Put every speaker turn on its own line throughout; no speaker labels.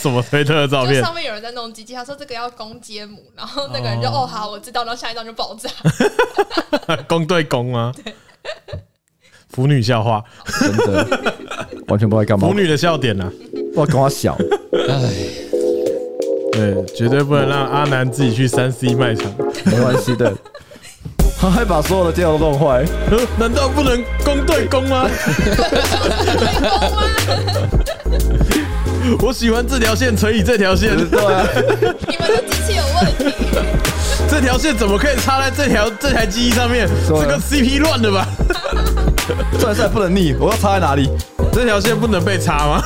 什么推特的照
就
哦片？
上面有人在弄机器，他说这个要攻接母，然后那个人就
哦
哦好，我知道，然后下一张就爆炸。
公对公吗？腐女笑话，
真的完全不知道在干嘛
哦
腐，女的笑点啊，
不知道跟我小，
哎，
对，绝对不能让阿南自己去三 C 卖场。
没关系的。他还把所有的电脑都弄坏，
呃难道不能公对公吗？ 我喜欢这条线乘以这条线，
对啊，
你们的机器有问题，
这条线怎么可以插在这条这台机上面？这
对啊
个 CP 乱了吧？
算算不能逆，我要插在哪里？
这条线不能被插吗？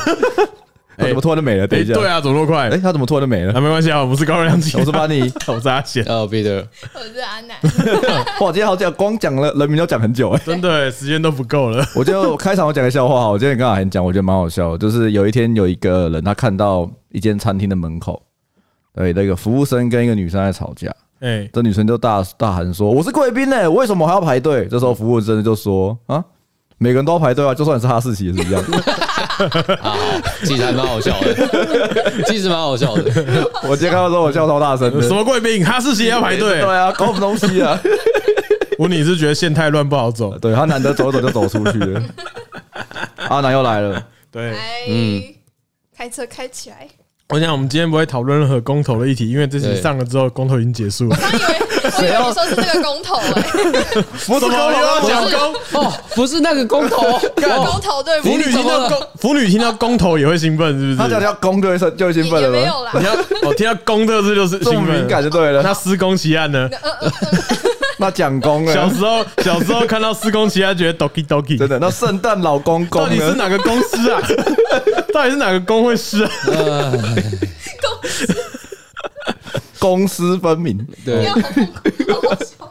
我怎么突然就没了？ 等
哎，
一下，
对，啊，怎么那么快？
哎，他怎么突然就没了
啊，？没关系啊，我不是高亮级，
我是巴尼，
我是阿贤，
哦，Peter，
我是阿南，
嗯
哇，今天好讲，光讲了人名要讲很久哎、
真的时间都不够了。
我就开场我讲个笑话哈，我今天跟阿涵讲，我觉得蛮好笑的。就是有一天有一个人，他看到一间餐厅的门口，对，那个服务生跟一个女生在吵架，
哎，
这女生就大大喊说：“我是贵宾呢，为什么还要排队？”这时候服务生就说：“啊，每个人都要排队啊，就算你是哈士奇也是一样。
其实还蛮好笑的， 其实蛮好笑的。”
我今天看到之后我笑超大声的
什。么贵宾？哈士奇要排队
对？啊，搞什么东西啊？
我你是觉得线太乱不好走？
对他难得走一走就走出去了。 阿南又来了，
对，
来，
嗯
哎开车开起来。
我想我们今天不会讨论任何公投的议题，因为这集
对
上了之后，公投已经结束了。
我以为我以为你说是这个公投 哎，
不怎么又
啊
要讲公？
哦，不是那个公 投哦，
公投对不
腐
对
女听
怎
到
么了
公，腐女听到公投也会兴奋，是不
他
是
讲？要攻就会生就会兴奋
也
了
没
吗？
有啦
你。要我听到公这个字 就是
这么
兴奋，
敏感就对了。
那施工奇案呢？
呃呃呃
那蒋公呢？
小时候小时候看到施工奇案，觉得 doki doki，
啊 真的，那圣诞老公公
到底是
呢？
哪个公司啊？ 到底是哪个公会失啊？
呃，
公私分明。
不
对
要，好好笑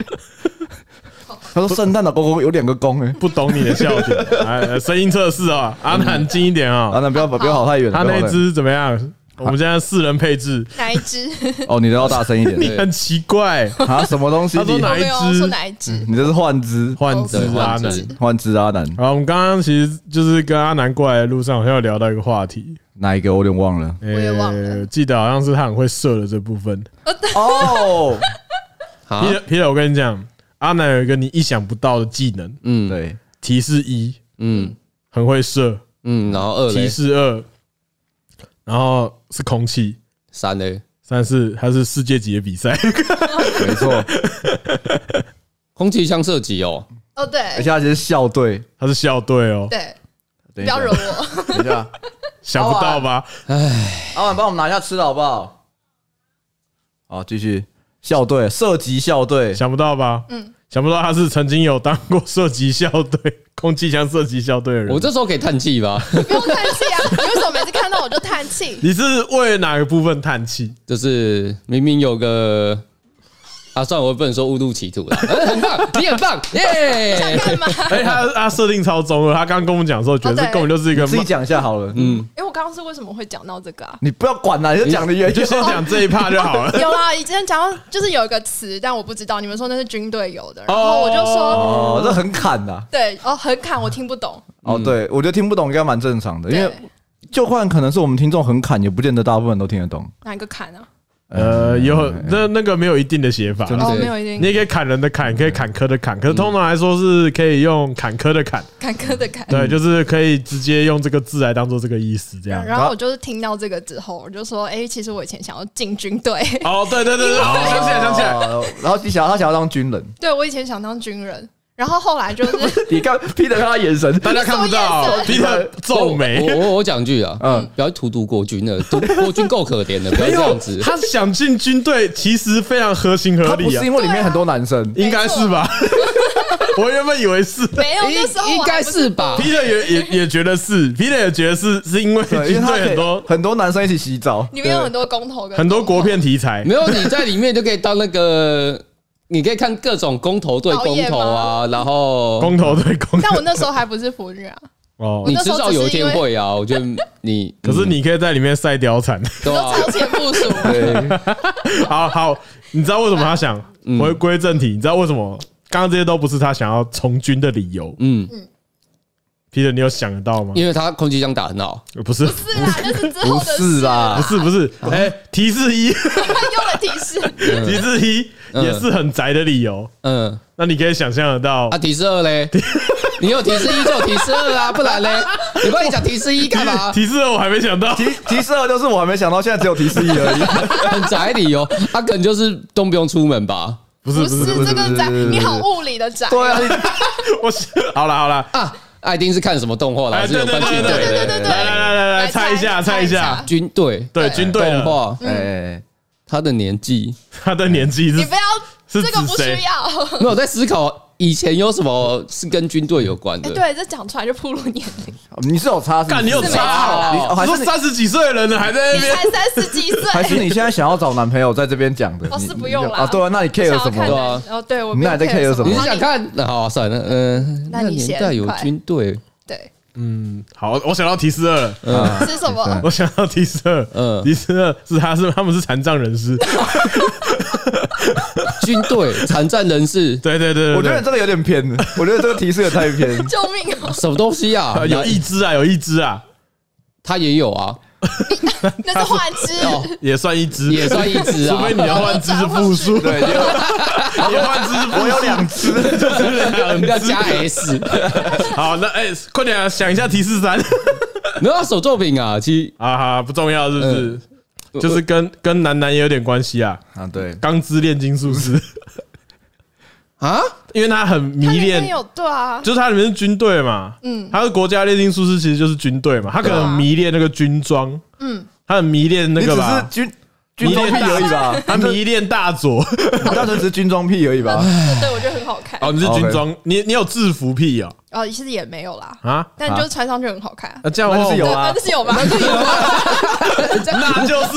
他说圣诞老公公有两个公哎，
不懂你的笑点，哎，呃声音测试啊，阿南近一点
啊，
啊，
那不要不要跑太远了。
他
不要
那
跑
一
太远
只怎么样？我们现在四人配置，
哪一只？
哦，你都要大声 一点
对
你很奇 怪，
啊！什么东西？
他说
你
哪
我
一
没
只嗯
有说哪一只，
你这是幻肢，
换只
对
阿
换
南。
只
幻肢阿南
好，我们刚刚其实就是跟阿南过来的路上，好像有聊到一个话题，
哪一个我有点忘了。
我
也忘了
记得好像是他很会射的这部分。
哦，
啊
皮，特，皮特，我跟你讲，阿南有一个你意想不到的技能，
嗯，，
对，
提示一，
嗯
很会射；
嗯，然后二
提
嘞，
示二，然后是空气；
三嘞，
三是它是世界级的比赛，
没错，
空气枪射击哦，
哦
而且
对
他其实是校队。
它是校队哦，
对，
不
不要惹我。
等一下，
想不到吧？
阿婉帮我们拿一下吃的好不好？好，继续。校队，射击校队，
想不到吧？嗯，想不到他是曾经有当过射击校队、 空气枪射击校队的人。
我这时候可以叹气吧？
不用叹气 啊！你为什么每次看到我就叹气？
你是为了哪个部分叹气？
就是明明有个啊，算了，我不能说误入歧 途啦，呃很棒，你很棒，耶！
干嘛？
哎，他他设定超中了，他刚跟我们讲的时候，觉得
哦
这
对
根本就是一个
自己讲一下好了。嗯，
哎，我刚刚是为什么会讲到这个啊？
你不要管了，你就讲的原
就
因。
先讲这一趴就好 了。
有啦，以前讲到就是有一个词，但我不知道，你们说那是军队有的，然后我就说
哦，这很砍呐、
对，哦，很砍，我听不懂，
嗯
哦，对，我觉得听不懂应该蛮正常的，因为
对，
就换可能是我们听众很砍，也不见得大部分人都听得懂。
哪一个砍啊？
呃，有那那个没有一定的写法，
对
哦，没有一定
你也可以砍人的砍，可以砍科的砍，可是通常来说是可以用砍科的砍，
砍哥的砍。
对，就是可以直接用这个字来当做这个意思这样。
然后我就是听到这个之后，我就说，哎，其实我以前想要进军队，
哦，对对对对，哦想起来想起来，
哦。然后你想要他想要当军人，
对我以前想当军人，然后后来就是
你看 Peter 看他眼神，
大家看不到，Peter 皱眉
我，我我讲句啊，
嗯
嗯，不要荼毒国军了，毒国军够 可怜的，不要
没有
这样子，。
他想进军队其实非常合情合
他不
理啊
是，因为里面很多男生，
应该是吧？ 我原本以为是。
没有那时候
应应
我还
该
不
是吧？
Peter 也也也觉得是，Peter 也觉得是，是因为
对，因为
军
他
队
可以
很多
很多男生一起洗澡，
里面有很多公投跟
很多
公投
国片题材
没，有，你在里面就可以当那个，你可以看各种公投对
导
公
演
投啊，然后
公投对公投
但我那时候还不是腐女啊，
哦
你
那
迟
时候
早
只是
有一天
因为
会啊，我觉得 你
可是你可以在里面晒貂 蝉。
对啊
超前部署。
对，
好好，你知道为什么他想
嗯
回归正题？你知道为什么刚刚这些都不是他想要从军的理由？
嗯，
Peter，你有想得到吗？
因为他空气枪打很好，
呃不是，
不是啦，那是之后
不
的
是
事
啦
不，是，不是。
啊
哎，提示一，
用了提示，
提示一
嗯
也是很宅的理由。
嗯，
那你可以想象得到
啊，，提示二 嘞，你有提示一就有提示二啊，不然嘞，你帮你讲提示一干 嘛？
提示二我还没想到，
提提示二就是我还没想到，现在只有提示一 而已。
啊
很宅理由，他可能就是都不用出门吧？
不是
不
不是，
是
不是
这
不
个
是
宅，
不是
你好物理的宅，
对啊，你
我是好了好了，
啊，艾丁是看什么动画
哎
啦？是有
对
分
对对
军
对对
队
对
的
对，
来来来来来猜一下猜一下，
军队
对啊军队
动
的
画，
哎，
他的年纪
他的年纪
你
是
不要
是
这个
指
不
谁
需要，
没有我在思考以前有什么是跟军队有关
哎，
的。
对，这讲出来就暴露年 龄，
你是有差是不是？
干你有
是没
差
差
哦，
你哦还
你说
是你
三十几岁的人了还在
你
那边
才三十几
还
岁，
是你现在想要找男朋友，在这边讲的？
哦
你
是不用啦
啊，对啊，那你
我
care
想要
什
看
么？
男哦，对，我
你
没有
哪里在 care 什么
你
你
是
是
想看？啊好、算了，嗯、
那
个
你先
年代有
快
军队，
对，
嗯，好，我想到提示二了，
啊
是什么？
我想到提示二，
嗯
提示二是他是他们是残障人士，
军 队残战人士，
对对对对，
我觉得这个有点偏，我觉得这个提示也太 偏。
救命哦！
什么东西啊？
对 有一只啊，有一只啊，
他也有啊，
那是幻肢，
哦，
也算一只，
也算一 只
除
啊
非。你要换只是复 数，
对，因为
你要换只是
我
复
有两只，
数，
要加 S，
好，那哎，快点啊，想一下提示三
没有啊手作品啊，其
啊，哈，不重要是不是？就是跟跟男男也有点关系啊，
啊，对，
钢之炼金术 师，
啊，
因为他很迷
他里
恋
面有对啊，
就是他里面是军队嘛，嗯，他是国家列定术师，其实就是军队嘛，他可能很迷恋那个军装，嗯，他很迷恋那
你
个
只是
吧，
军军装屁而已吧？
他迷恋大佐，
你单纯只是军装屁而已吧？
对我觉得很好看
哦，你是军装， 你你有制服癖啊
哦，其实也没有啦，
啊，
但就是穿上去很好看啊。
那这样
那
我
就是有
对
啊
那就是有吧？
那就是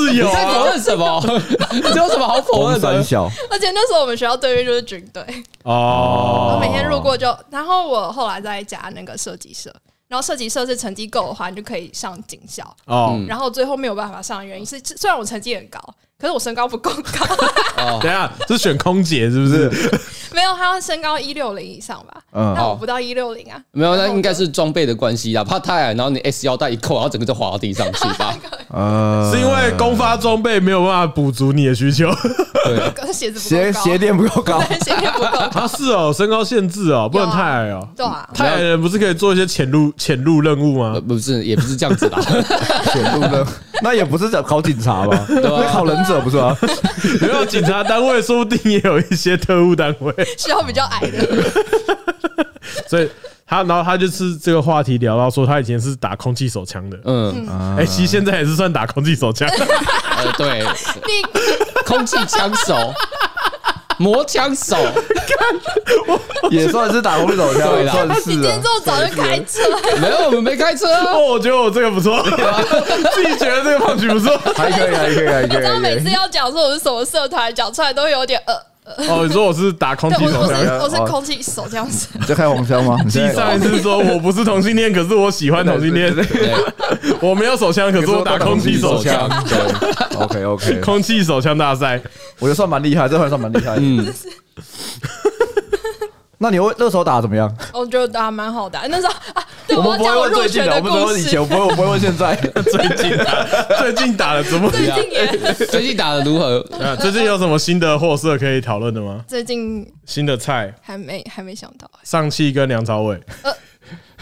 有
你在否
啊
认什么？ 你有什么好否
红
认的
三？小，
而且那时候我们学校对面就是军队，我
哦，
每天路过就，然后我后来再加那个射击社，然后射击社是成绩够的话，你就可以上警校。
嗯
哦，
然后最后没有办法上的原因是，虽然我成绩很高，可是我身高不够高，
等一下是选空姐是不是？
没有，他身高一六零以上吧？
嗯
那我不到一六零啊，
没有，那应该是装备的关系啦，怕太矮，然后你 S 腰带一扣，然后整个就滑到地上去吧。
呃，
是因为公发装备没有办法补足你的需求
对，
可是鞋子不够
鞋
高，啊
鞋垫不够 高，
对鞋垫不够高，
啊？是哦，身高限制哦，不能太矮哦。
对 啊，
太矮的人不是可以做一些潜入潜入任务吗
呃？不是，也不是这样子啦。
显路的，那也不是考警察吧？
啊
那考忍者不是 吗？
没有警察单位，说不定也有一些特务单位。
需要比较矮 的，
所以他，然后他就是这个话题聊到说，他以前是打空气手枪的，
嗯，
哎、其实现在也是算打空气手枪，
呃，对，
你
空气枪手、磨枪手，
也算是打工手枪，
对啦
算
你今
是啊
天这。么早就开车，
没有，我们没开 车啊。
哦，我觉得我这个不 错，自己觉得这个胖曲不错。
还可以，还可以，啊还可
然
以
后
还可
每次
以。
要讲说我是什么社团，讲出来都有点呃，
哦，你说我是打空
对
气
我
手
我
枪，
啊
是我
哦
是空气手这样子，
在开黄 腔吗？你
第
现在
上一次说我不是同性恋，可是我喜欢同性恋，
对，
我没有手枪， 可是我打空气手枪。
对，OK OK，
空气手枪大赛，
我觉得算蛮厉害，这还算蛮厉害。嗯，那你会那时候打怎么样？
我觉得还蛮好的。那时候啊，对，
我
我
们
要
不
讲我
会问
入
最近
学
的，我
的
们只会
故
问以
事
前，我，不会，我不会问现在。
最近打最近打的怎么
最
样？
近也
最近打的如何？
啊最近有什么新的货色可以讨论的吗？
最近
新的菜，
还没还没想到，哎
上汽跟梁朝伟，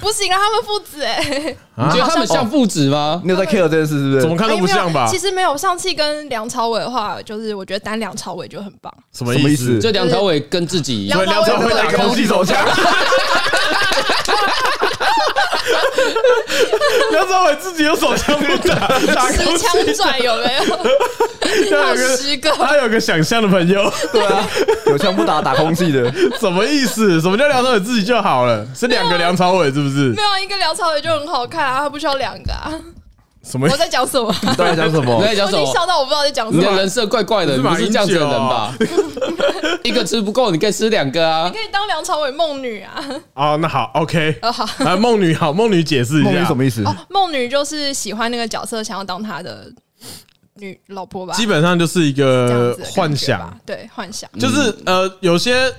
不行啊，他们父 子哎，
你觉 得他们像父子吗？
啊你有在 care 这件事是不是？
怎么看都
哎
不
没有
像吧？
其实没有上汽跟梁朝伟的话，就是我觉得单梁朝伟就很棒，
什
什么意
啊
思
就梁朝伟跟自己
梁
对，梁朝伟打空气手枪。梁朝伟自己有手枪不打， 打
十
空气
枪拽有 没有？
他有
有
个
十个，
他有个想象的朋友，
对啊，有枪不打打空气 的，
什么意思？什么叫梁朝伟自己就好了？是两个梁朝伟是不是
没？有啊一个梁朝伟就很好看啊，他不需要两个啊。
什么意
我
思？
在讲什么啊？
你到底讲什
你
么？
在讲什
我已经笑
么？
到我不知道在讲什
你的
么。
人设怪怪的，
是
你
马
不
英九
哦是这样子的人吧？哦 一个吃不够，你可以吃两个啊
你可！以当梁朝伟梦女啊！
哦，那好，OK，
哦好
来梦女好，梦女解释一
梦
下
女什么意思？
啊
哦，梦女就是喜欢那个角色，想要当他的女老婆吧？
基本上就是一
这样
个
子的感觉吧
呃幻想，
对幻想。
就是呃，有些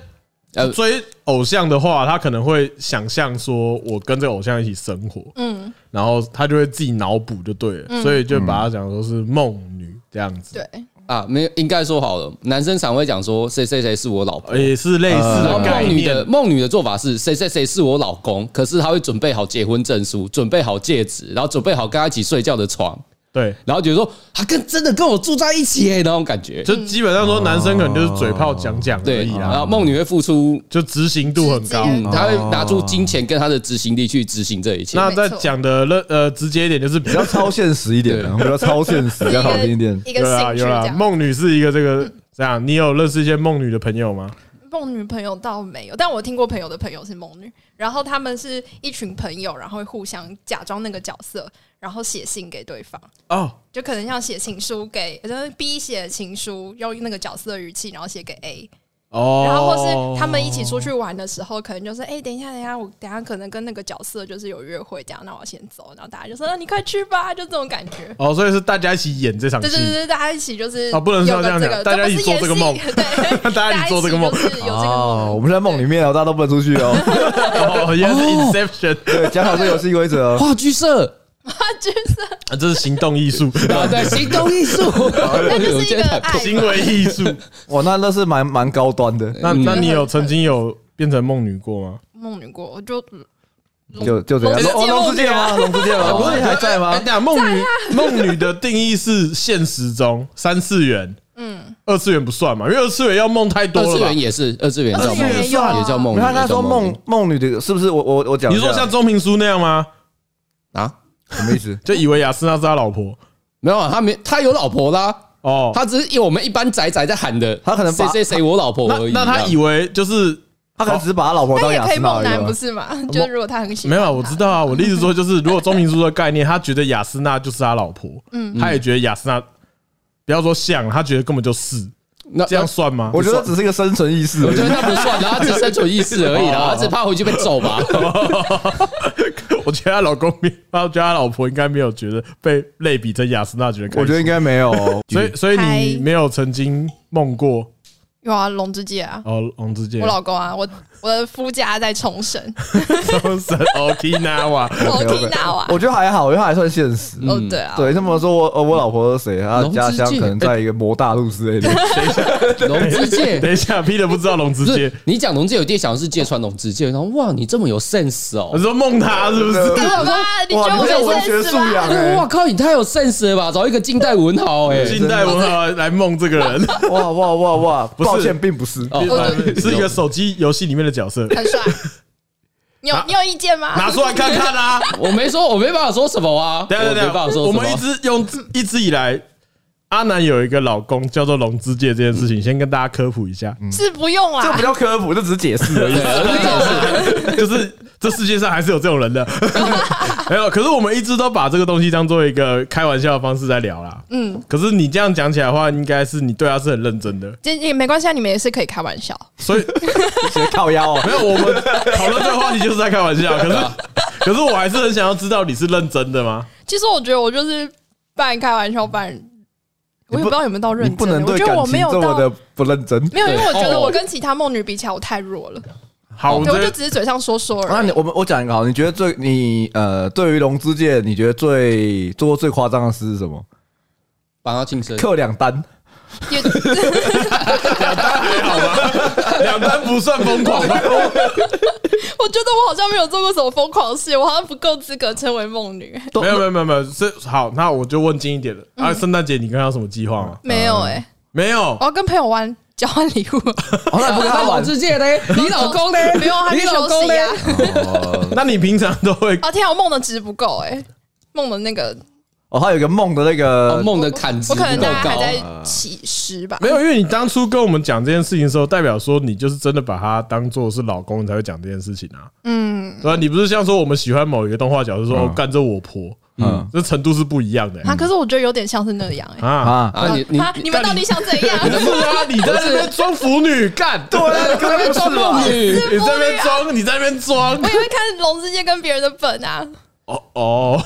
呃
追偶像的话，他可能会想象说，我跟这个偶像一起生活，嗯，然后他就会自己脑补就对
嗯
了，所以就把它讲说是梦女这样子，
对，
啊，没有，应该说好了，男生常会讲说谁谁谁是我老婆。
呃，也是类似
然后
的概
梦女
念
的。梦女的做法是谁谁谁是我老公，可是他会准备好结婚证书，准备好戒指，然后准备好跟他一起睡觉的床，
对，
然后觉得说他跟真的跟我住在一起耶、那种感觉。
嗯
就基本上说男生可能就是嘴炮讲讲而
对，
已
然
啊，
后梦女会付出，
就执行度很高。
直接
嗯，她会拿出金钱跟她的执行力去执行这一切。
那
没
再
错
讲的乐呃直接一点，就是比
比较
较
超现实一点的，比较超现实，比较好听一点。
一个
有啦
兴趣
有
这
啦，
样。
梦女是一个这个这样，你有认识一些梦女的朋友吗？
梦女朋友倒没有，但我听过朋友的朋友是梦女，然后他们是一群朋友，然后会互相假装那个角色，然后写信给对方，
哦，
就可能像写情书给，就是 B 写情书，用那个角色的语气，然后写给 A，
哦，
然后或是他们一起出去玩的时候，可能就是哎、等一下，等一下，我等一下可能跟那个角色就是有约会，这样，那我先走，然后大家就说、啊、你快去吧，就这种感觉。
哦，所以是大家一起演这场
对对对
戏，
对，大家一起就是
啊不能
有
这
个
样
这
讲
个，
大家
这不
一起
是
做
演
这个
戏
梦
对，
大家一起做这个梦
就是 有这个
哦，
梦，
我们在梦里面哦，大家都不能出 去哦。
哦，原来是 Inception，
对，讲好这游戏规则哦。
话 剧社，
啊这是行动艺术，
然后在行动艺术，
那
那
就是一个爱吧。
行为艺术。
哇，那那是蛮蛮高端的，
那
嗯
那你有曾经有变成梦女过吗？
梦女过，我就
就就这样。
嗯龙之
哦，
介啊
龙之介吗？龙之介
哦
吗？ 哦不是你还在吗
哎？等一下梦女 梦女的定义是现实中三次元，嗯，二次元不算嘛，因为二次元要梦太多
二次
了吧
元？也是，二次元叫
二次元
梦，
也有啊
也叫梦女。
他他
也
说
叫
梦
女
梦女这个是不是？我我我讲一
你
下，
说像钟明书那样吗？
啊，
什么意思？
就以为雅思娜是他老婆
没有，啊，他没，他有老婆啦，
哦，
他只是以我们一般宅宅在喊的，
他可能
谁
把
谁谁我老婆
那
而已。啊
那他
这样
以为就是
他可能只是把他老婆
他
当
也
雅
可以
思娜
梦
而已啊
男不
吧。
是嘛？ 就是如果他很喜欢，
没有啊，我知。道啊。我的意思说，就是如果钟明书的概念，他觉得雅斯娜就是他老婆，嗯，他也觉得雅斯娜，不要说像，他觉得根本就是
嗯
那
这样，算吗？
我觉得只是一个生存意识而
我觉
已。
得那不算，然后他只是生存意识而已，
哦
然后他只怕回去被揍吧。
我觉得她老公没，我觉得她老婆应该没有觉得被类比成雅斯娜，觉得开心
我觉得应，该没有哦，
所以所以你没有曾经梦过
有啊，龙之介啊，
哦，王之健
我，老公啊，我我的夫家在冲绳
冲绳哦 Okinawa，
，Okinawa 啊。
我觉得还好，因为他还算现实。
哦，对啊，
嗯对，这么说，我呃我老婆是谁？她
龙之
家乡
介
可能在一个摩大陆之类的。
龙之介，
等一下，Peter 不知道龙之
不
健
是，你讲龙之介，有点想是芥川龙之介，然后哇，你这么有 sense
我
哦。
说梦他呃是不是？
干嘛？ 你觉
哇，
得
你
我
很有
有
文学
sense
素
吗？
养哎
哇！靠，你太有 sense 了吧！找一个近代文豪哎、
近代文豪来梦这个人，
哇哇哇哇！
是
抱歉，并不是。
哦
是一个手机游戏里面的角 色，
很帅。你有你有意见吗？
拿出来看看啊！
我没说，我没办法说什么啊，
等一下
我没
等一
办法
下，
说
我
什么
们一。直用一直以来，阿南有一个老公叫做龙之介这件事情，先跟大家科普一下，
嗯
是不用
这
啊
不，叫科普，这只是解释而已。
啊就是这世界上还是有这种人 的。没有，可是我们一直都把这个东西当做一个开玩笑的方式在聊啦。嗯，可是你这样讲起来的话，应该是你对他是很认真的，
这也没关系，啊，你们也是可以开玩笑。
所以
谁靠腰啊？
没有我们讨论这个话题就是在开玩笑。可 是，可是我还是很想要知道你是认真的吗？
其实我觉得我就是半开玩笑半，我也不知道有没有到认
你
真。
不能
我
对
觉得我
感
没
情
有
这么
到
的不认真。
没有，因为我觉
对
得
哦
我跟其他梦女比起来，我太弱了。
好，我
对，我
觉
就
得
只是嘴上说说
那
而
啊你
已。
我们我讲一个好，你觉得最你呃，对于龙之介，你觉得最做过最夸张的事是什么？
帮他庆生，
刻两单，
也
两单不算疯狂吧。
我觉得我好像没有做过什么疯狂的事，我好像不够资格称为梦女。
都
没有没有没有没有，是好，那我就问近一点了。啊，圣诞节你跟他有什么计划吗？
没有哎、
没有
我，要跟朋友玩交换礼物。
哦，那你不跟他
那
玩
龙？之介呢？你老 公呢？
没有，他
你
去
老
休
公呢
息？啊。
那你平常都会
啊天啊，我梦的值不够哎、梦的那个，
哦，他有一个梦的那
哦
个，
梦的坎值
我
不
可能
够
大概还
高。啊
在起十吧。
没有？因为你当初跟我们讲这件事情的时候，代表说你就是真的把他当做是老公，你才会讲这件事情啊。嗯，对吧？你不是像说我们喜欢某一个动画角色，说
嗯
哦，干这我婆，
嗯
这程度是不一样的欸
啊，可是我觉得有点像是那样哎、
啊。
啊，
啊，你你
啊，你们到底想怎样？
不是啊， 你在那边装腐女干，对，
根本
装梦女，
你在那边装，你在那边装，
我也会看龙之介跟别人的本啊，
哦哦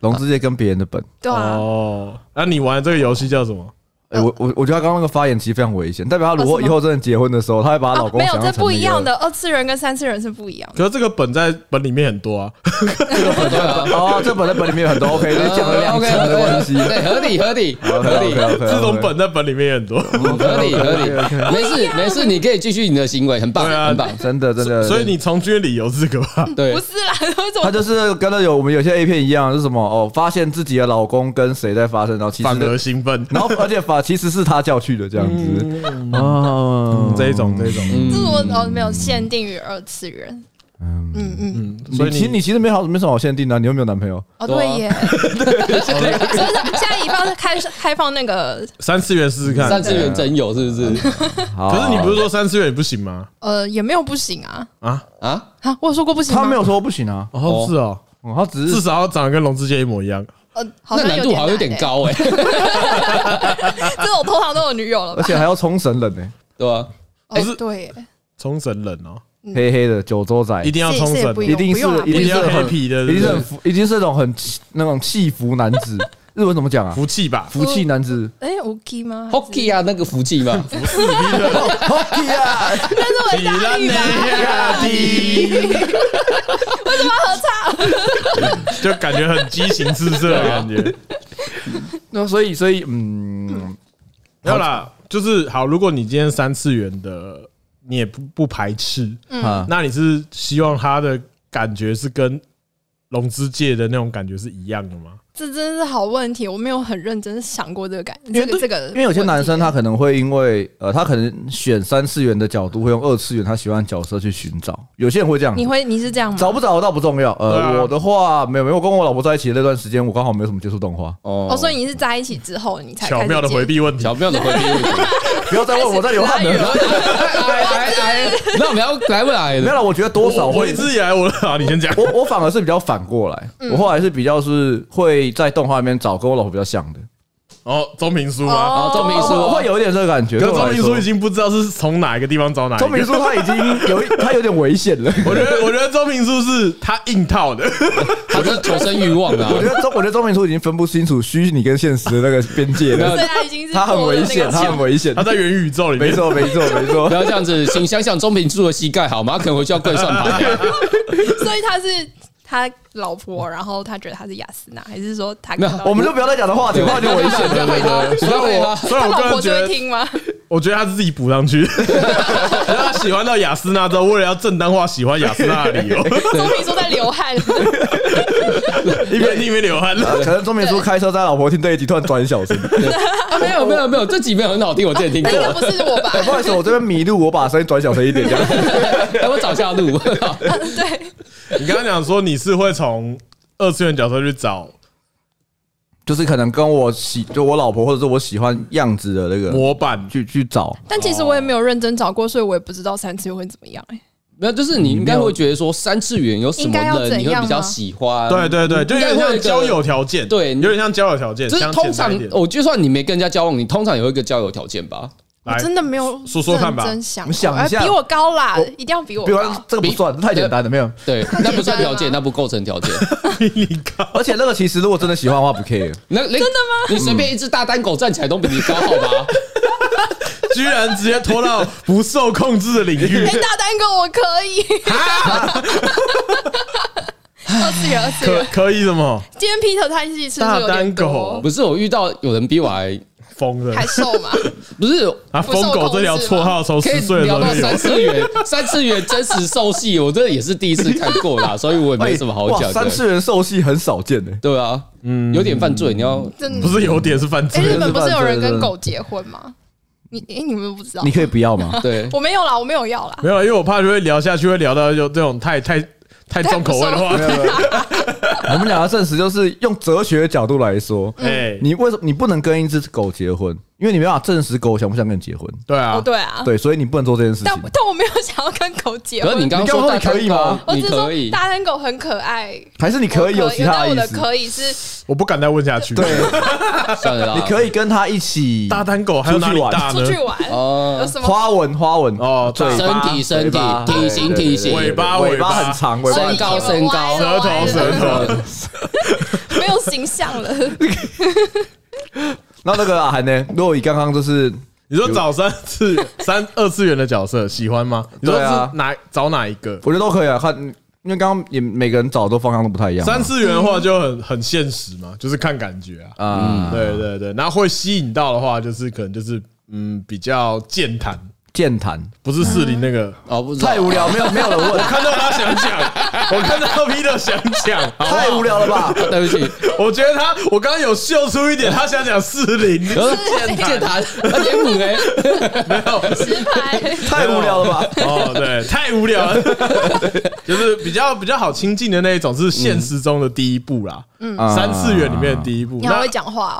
龙之介跟别人的本
对啊，
哦哦。那你玩这个游戏叫什么？
哎、我我我觉得他刚刚那个发言其实非常危险，代表他如果以后真的结婚的时候，他会把她啊老
哦啊
公
没有，
想
这
象成
不一样
个
的，二次元跟三次元是不一样的。
可是这个本在本里面很多啊，
对啊，
哦，这本来本里面有很多 OK，就是
哦
讲了两层的关系。
对，合理合理合理
OK，OK，OK，OK，
这种本在本里面也很多。
啊
合理合理，没事没事，你可以继续你的行为，很棒
对啊
很棒，
真的真的，
所以你从军的理由是这个吧？
对
不，是啦， 为什
他
么？
就是跟那有我们有些 A 片一样，是什么哦？发现自己的老公跟谁在发生，然后 其实
反而兴奋，
然后而且法其实是他叫去的这样
嗯
子啊
这一种这一种，
这是我哦，没有限定于二次元。嗯嗯嗯，
所
所
以
以
你
其实你其实没好没什么好限定的啊、你又没有男朋友，
哦
对
对
啊
耶， 所以现在以方开开放那个
三次元试试看。
三次元真有是不是
好
可是你不是说三次元也不行吗？
呃也没有不行啊
啊，
啊？
啊，我有说过不行吗
他没有说不行啊，
哦
哦
是哦，
嗯他只
至
是
少要长得跟龙之介一模一样。
呃，好
那
像
难度好像有点
欸，
高哎，
这种通常都有女友了
而
吧？
且还要冲绳人欸呢、
对吧？
不是
哦对耶，
冲绳人哦，
黑黑的九州仔
一，定要冲
这也
绳，
不
一
用啊
一定
不
是
用啦
一定
定要
是
黑
很
皮的，
哎一定
对
是
不对
很服，一定是那种很气那种气服男子，日文怎么讲啊？
福气吧？
服气男子
哎，OK 吗
Hockey 啊，那个福气嘛，
，Hockey 啊，
但是我
喜兰尼亚迪，
为什么要合唱？
就感觉很激情四射的感 觉。
那所以所以嗯，
没有啦，就是好。如果你今天三次元的，你也不不排斥，
啊，
那你是希望他的感觉是跟龙之界的那种感觉是一样的吗？
这真是好问题，我没有很认真想过这个感，
因
这
为
个这个，啊
因为有些男生他可能会因为呃，他可能选三次元的角度，会用二次元他喜欢的角色去寻找。有些人会这样子，
你会你是这样吗？
找不找得到不重要。呃，
对啊
我的话没有没有，我跟我老婆在一起的那段时间，我刚好没有什么接触 动画。
哦
哦，所以你是在一起之后你才
巧妙的回避问题，
巧妙的回避问题。
不要再问我在流汗了。
来来来，那我们要来不来
没有
的？
了，我觉得多少
我我
会
一，直以来 我的，啊你先讲。
我我反而是比较反过来，
嗯
我后来是比较是会在动画里面找跟我老婆比较像的，
哦，中评书吗？
哦，钟明
我我
书
会有一点这个感觉。
可是
对我
中
来
评
说
书已，经不知道是从哪一个地方找哪一
钟明
个。
书他已经有一他有点危险 了。
我觉得，我觉得中评书是他硬套 的，
他是求生欲望啊
我觉，得钟我觉得钟明书已经分不清楚虚拟跟现实的那个边 界
没有
了。
对他已经是
他很
过了
危
那个
险，他
桥
很危险
他。在元宇宙里
没
面。
错，没错，没错
不。要这样子，请想想钟明珠的膝盖好吗？他可能回去要跪算啊盘。
所以他是他老婆，然后他觉得他是雅斯娜，还是说他
没有
看到
我们就不要再讲这话题，话题危险
不要
了。
回答，不要回答。
虽
他
然我个
老
人
婆
觉
就会
得，
听吗？
我觉得他是自己补上去。 然后他喜欢到雅斯娜之后，为了要正当化喜欢雅斯哦娜的 理由，
钟明说在流汗，
一边听一边流 汗。
呃可能钟明书开车在老婆听这一集突然转小 声，
啊没有没有没有，这几遍很好听，我之前听
那
过
应。该不是我吧？
哎不好意思，我这边迷路，我把声音转小声一点，这样
哎，我找下 路。
对，
你刚刚讲说你是会从二次元角色去找
就是可能跟我喜就我老婆或者是我喜欢样子的那个
模板，
去去找。
但其实我也没有认真找过，所以我也不知道三次会怎么样。哎，
没有，就是你应该会觉得说三次元有什么人你会比较喜欢？
对对对，就有点像交友条件，
对
有点像交友条件，
就是
相
通
简单
常哦
一点，
我就算你没跟人家交往，你通常有一个交友条件吧？
我
来
真的没有
说说看吧
认真想过，
你想一下
哎比我高啦
我，
一定要比我
比如
高。
这个不算，太简单了，没 有。
对，啊那不算条件，那不构成条件。
比 你高。
而且那个其实如果真的喜欢的话，不 care。
那真的吗？你随便一只大单狗站起来都比你高，好吧？
居然直接拖到不受控制的领域
哎，，大单哥，我可以。 二次元，二次
可
元。
可以什么
今天 Peter 他一次是不
大
是有
单
点
狗
多？
不是我遇到有人比我还
疯了
还瘦嘛？
不是。
啊！
不受
疯狗
控
这
制
条
吗
绰号从
可
十
以
岁的时
聊
候
到
就有
三，次元， 三次元真实受戏，我这也是第一次看过啦，所以我也没什么好
哎哇
讲
三
的。
次元受气很少见的，
对啊，嗯，有点犯罪，你要
真
不
的。
是有点是犯
哎，
罪
日。本不是有人
真的
跟狗结婚吗？你哎，你们不知道
你？可以不要吗？
对，
我没有啦，我没有要啦。
没有，因为我怕就会聊下去，会聊到就这种太太太重口味的话
没。有没有没有 我们两个证实就是用哲学的角度来说，
哎，
你为什么你不能跟一只狗结婚？因为你没办法证实狗想不想跟你结婚。
对
哦，
啊，
对啊，
对，所以你不能做这件事
但
情。
但我没有想要跟狗结
可是
婚。
你刚刚
你刚
说
刚
大
说
单
你可以吗
狗
我
你
只是
可
说
以，
大单狗很可爱，
还是你可以有其他
但我
意
的
思？
可以是
我不敢再问下去。
对，
算了啦，
你可以跟他一 起
大单狗还有哪里大
出
呢？
去玩，有
哦，
什么？
花纹花纹
哦
嘴
尾
身
巴
体身体
尾巴
体
对对
型
对
体型
尾巴
尾
尾巴
巴很长，尾巴
身高身高
舌
呃
头舌头，
没有形象了。
那那个阿涵呢？如果以刚刚就是
你说找三次三二次元的角色喜欢吗？你说
对啊
是哪找哪一个？
我觉得都可以啊，看，因为刚刚也每个人找的方向都不太一样嘛。
三次元的话就很很现实嘛，就是看感觉啊。
嗯
啊，
对对对，然后会吸引到的话，就是可能就是嗯比较健谈，
健谈
不是士林那个。
啊
哦，不知道
太无聊，没有没有人 问，
看到他想 讲，我看到 Peter 想讲，好
太无聊了吧？
对不起，
我觉得他我刚刚有秀出一点，他想讲士林， 没有
健健谈，连五哎，
直白。
太无聊了吧？
哦，对，太无聊 了，就是比较比较好亲近的那一种，是现实中的第一步啦，
啊
三次元里面的第一步。
你好
那
会讲话、哦，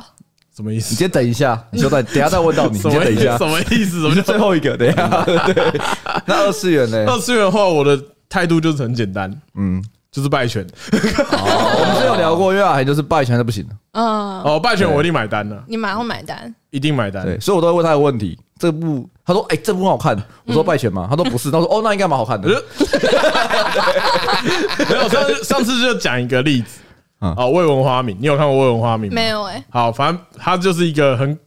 什么意
你
思？
先等一下，你就 等，等一下再问到你，你
什
先
么
等
意
一
思？
下
什，么意思？什
你
么
是
叫
最后一个，等一 下。哦对，那二次元 呢？
二次元的话，我的态度就是很简单，嗯
嗯，
就是败犬。
我们之前有聊过，因为阿涵就是败全都不行的，
嗯，
哦，败犬我一定买单了，
你马上买单，
一定买单。
对，所以我都会问他的问题。这部他说：“哎，这部很
嗯
好看。”我说：“败犬吗？”他说：“不是。”他说：“哦，那应该蛮好看的。
没有上次上次就讲一个例子，
嗯
啊，未闻花名，你有看过未闻花名吗
没？有哎、
好，反正它就是一个很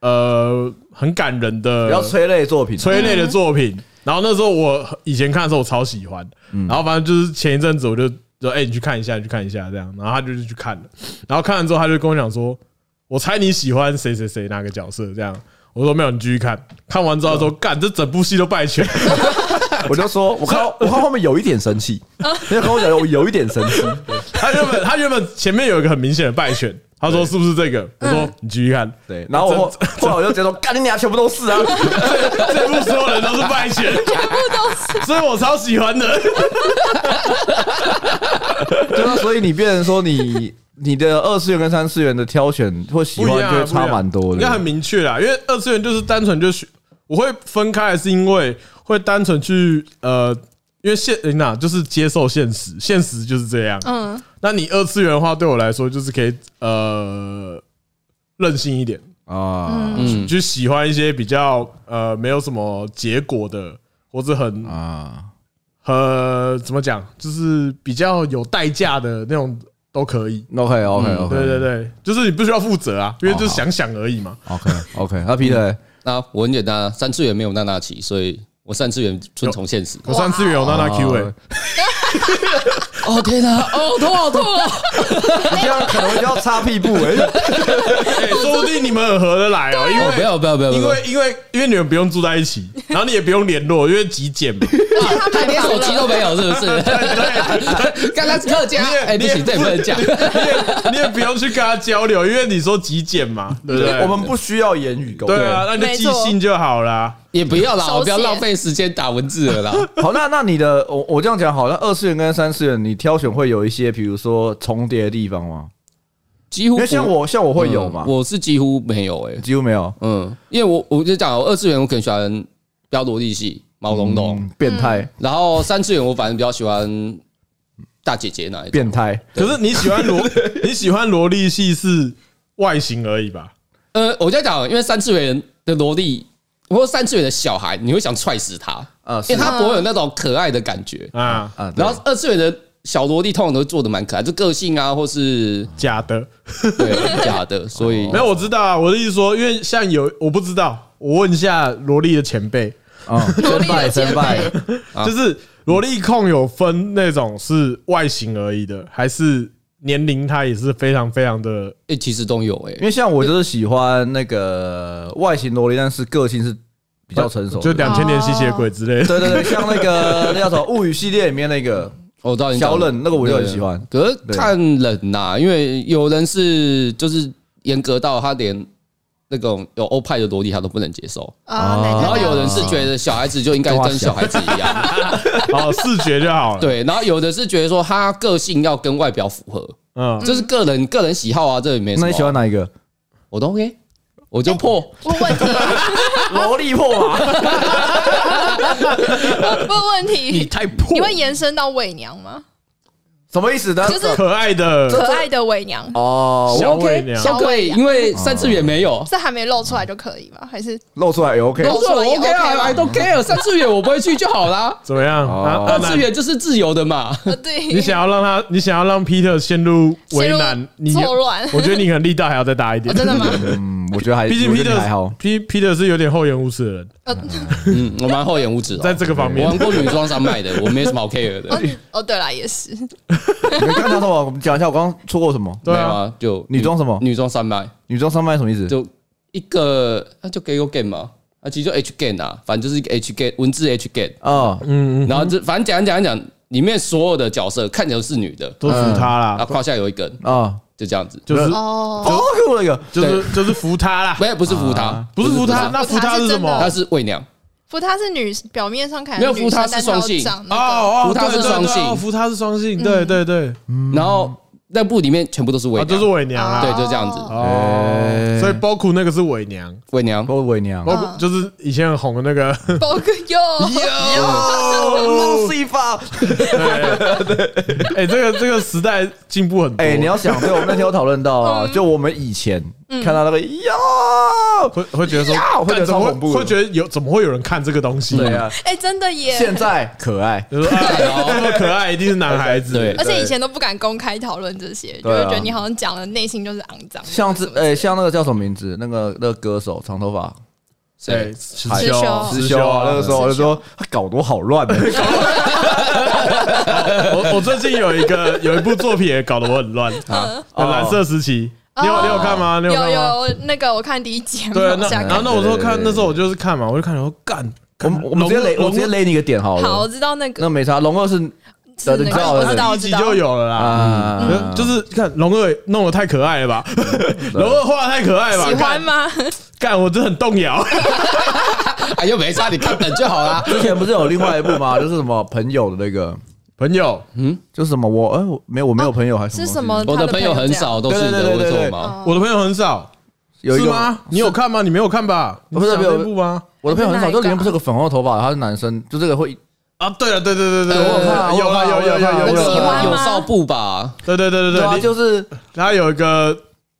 呃很感人”的
不要催泪作 品，
催泪的作品。然后那时候我以前看的时候我超喜欢，然后反正就是前一阵子我就说：“哎，你去看一下，你去看一下。”这样，然后他就去看了，然后看完之后他就跟我讲说：“我猜你喜欢谁谁谁哪个角色？”这样。我说没有，你继续看。看完之后他说：“干，这整部戏都败犬。
我就说，我看到我看后面有一点生气，
嗯
你就跟我讲，我有一点生气，”
他原本他原本前面有一个很明显的败犬，他说是不是这个？我
嗯
说你继续看。
对，然后我后后来我就觉得说，干你俩全部都是啊，
这部所有人都是败犬，
全部都是。
所以我超喜欢的。
对啊，所以你变成说你你的二次元跟三次元的挑选或喜
不
欢
一
就
样啊，
会差蛮多
应该很
的，
明确啦。因为二次元就是单纯就是我会分开，是因为会单纯去呃，因为现人呐就是接受现实，现实就是这样。
嗯，
那你二次元的话，对我来说就是可以呃任性一点，
啊
嗯
去喜欢一些比较呃没有什么结果的，或者很
啊，
呃怎么讲，就是比较有代价的那种都可以。
OK OK
嗯
OK，
对对对，就是你不需要负责啊，因为就是想想而已嘛。
OK OK，那 Peter
那我很简单啊，三次元没有娜娜奇，所以我三次元遵从现实。
我上次有娜娜 Q 哎、
哦
哦天哪，哦痛好痛啊！
你这样可能就要擦屁股哎，
哎，说不定你们很合得来 哦，因
哦不
为
要不要不要不
因
要！
为因 为因为你们不用住在一起，然后你也不用联络，因为极简嘛。
他连手机都没有，是不是？刚刚是客家，哎，不行，这也不能讲。
你也你也不用去跟他交流，因为你说极简嘛，对不对？
我们不需要言语沟通。
对啊，那你就寄信就好啦。
也不要啦，
手写
我不要浪费时间打文字了啦。
好，那那你的我我这样讲好，那二次元跟三次元你挑选会有一些，比如说重叠的地方吗？
几乎
因为
不
像我像我会有嘛
嗯，我是几乎没有哎，
几乎没有。
嗯，因为我我就讲，我二次元我可能喜欢标萝莉系、毛茸茸，
嗯变态，
然后三次元我反正比较喜欢大姐姐那一种。
变态，
可是你喜欢 萝你喜欢萝莉系是外形而已吧？
呃，我在讲，因为三次元的萝莉或三次元的小孩，你会想踹死他，
啊，
因
是
为他不会有那种可爱的感觉。
啊，
啊，对
然后二次元的小萝莉通常都做的蛮可爱，就个性啊，或是
假的。
对假的，所以
没
哦
有，我知道啊。我的意思说，因为像有我不知道，我问一下萝莉的前辈，
啊，真拜真拜，
啊
就是萝莉控有分那种是外形而已的，还是年龄它也是非常非常的
诶其实都有欸诶。
因为像我就是喜欢那个外形萝莉，但是个性是比较成熟
就
的。
两千年吸血鬼之类的。
对对对，像那个那叫什么《物语》系列里面那个
哦我知道你讲
小冷，那个我就很喜欢。
可是看人呐、因为有人是就是严格到他连那种有欧派的萝莉他都不能接受，
啊，
哦
哪个
然后
哪个
有人是觉得小孩子就应该跟小孩 子一样，
哦，视觉就好了。，
对，然后有的是觉得说他个性要跟外表符合，
嗯，
这是个人个人喜好啊，这也没什么。
那你喜欢哪一个？
我都 OK，我就破，
问问题，
萝莉破嘛？
问问题，
太破
你会延伸到伪娘吗？
什么意思
啊
呢？
就是
可爱的
可爱的伪娘，
哦，
小伪娘，。
小鬼，因为三次元没有。
这还没露出来就可以吗？还是
露出来也 OK。
我说我 OK 啊
OK 吗
，I don't care，三次元我不会去就好 啦
怎么样？
哦
啊
二
阿
次
南，
元就是自由的嘛，
呃，对，
你想要让他，你想要让 Peter 陷入为难
陷入，
你
错乱
我觉得你可能力道还要再大一点
哦。真的吗？
嗯，我觉得还
毕竟
我觉得
Peter
你还好，
P Peter 是有点厚颜无耻的人，
呃，
嗯，我蛮厚颜无耻
啊
在
的，
这个方
我
面
玩过女装山脉的，我没什么好 care 的，
哦哦，对啦，也是，
你们刚讲什么？我们讲一下，我刚刚错过什么？
对啊
没有啊，就
女装什么？
女装山脉
女装上班什么意思？
就一个，那就 g a y game 嘛，啊，其实就 H game 啊，反正就是一个 H game 文字 H game，
啊，
然后这反正讲讲讲，里面所有的角色看起来都是女的，
都服他
啊，
啦，
胯下有一根，
啊，
就这样子，
呃就是
哦，
好酷的一个
就是就是服他啦，
没有不是扶他，
不是服他，那哦服
扶他
他
是
是什
真的
么？
他是喂娘，
扶她是女，表面上看
没有
是女
扶她
生
是
但
双
她有
性
长那个
哦哦，
扶他
对
是
对
双
对
性
哦扶他是双
嗯
性，对对对，
然后那部里面全部都是伪
啊，就
娘
是，伪娘啊啦，
对，就这样子，
哦，所以 Boku 那个是伪娘
嗯
伪娘，
包哎伪娘，
，Boku 就是以前很红的那个，
包个哟，
哦，
西方。
哎，这个这个时代进步很多，
哎，你要想，对，我们那天有讨论到啊，
嗯
就我们以前看到那个哟，
会会觉得说
呀，会觉
干怎
得超
么
恐怖
会
的
会觉得有怎么会有人看这个东西？
对啊，
哎，真的耶，
现在可爱，
就是啊，这么可爱，一定是男孩子。
对
而且以前都不敢公开讨论这些，就
对啊
会觉得你好像讲了，内心就是肮 脏。
像这，哎，像那个叫什么名字？那个那个歌手，长头发，
对，
谁？
师
师
兄，
兄
师兄啊，那个时 候我就说他搞得我好乱的，
我我最近有一个有一部作品也搞得我很乱啊，呃蓝色时期，你有你有看吗？你
有
看
有
吗？
有那个我看第一集，
对，啊
往
那
下
然后
看。
那我说看
对对对
那时候我就是看嘛，我就看然后干，
我们我们直接雷，我直接雷你一个点好
好，我
了。
知道那
那
个
没差，龙二是
是那
你知
个，
道
我
的
知道，
第
我
一
知
集
道
就有了啦。
啊，
就是看龙二弄得太可爱了吧，
嗯
龙二画得太可爱了吧，
喜欢
干
吗？
干我真的很动 摇。
哎又没差，你看本就好啦。
之前不是有另外一部吗？ 就是什么朋友的那个，
朋友，
嗯
就是什么我哎我没有我没有朋友还是
是
什
什么？
么
我的朋友很少都是
对对
的，
对
为
对
什
对
么？
我的朋友很少，
有一
是
个
吗？你有看吗？你没有看吧？
不是
你讲
没有
那部吗？
我的朋友很
是哪
少，
一
就里面
个
不是有个粉红的头发，他是男生，就这个会
啊，对了，对对对对，
呃
我有看，
我有
有啦有
看
有
我
有
那
有
喜
有，
个
欢吗
有少布吧？
对对对对
对啊，
对，你
就是
他有一个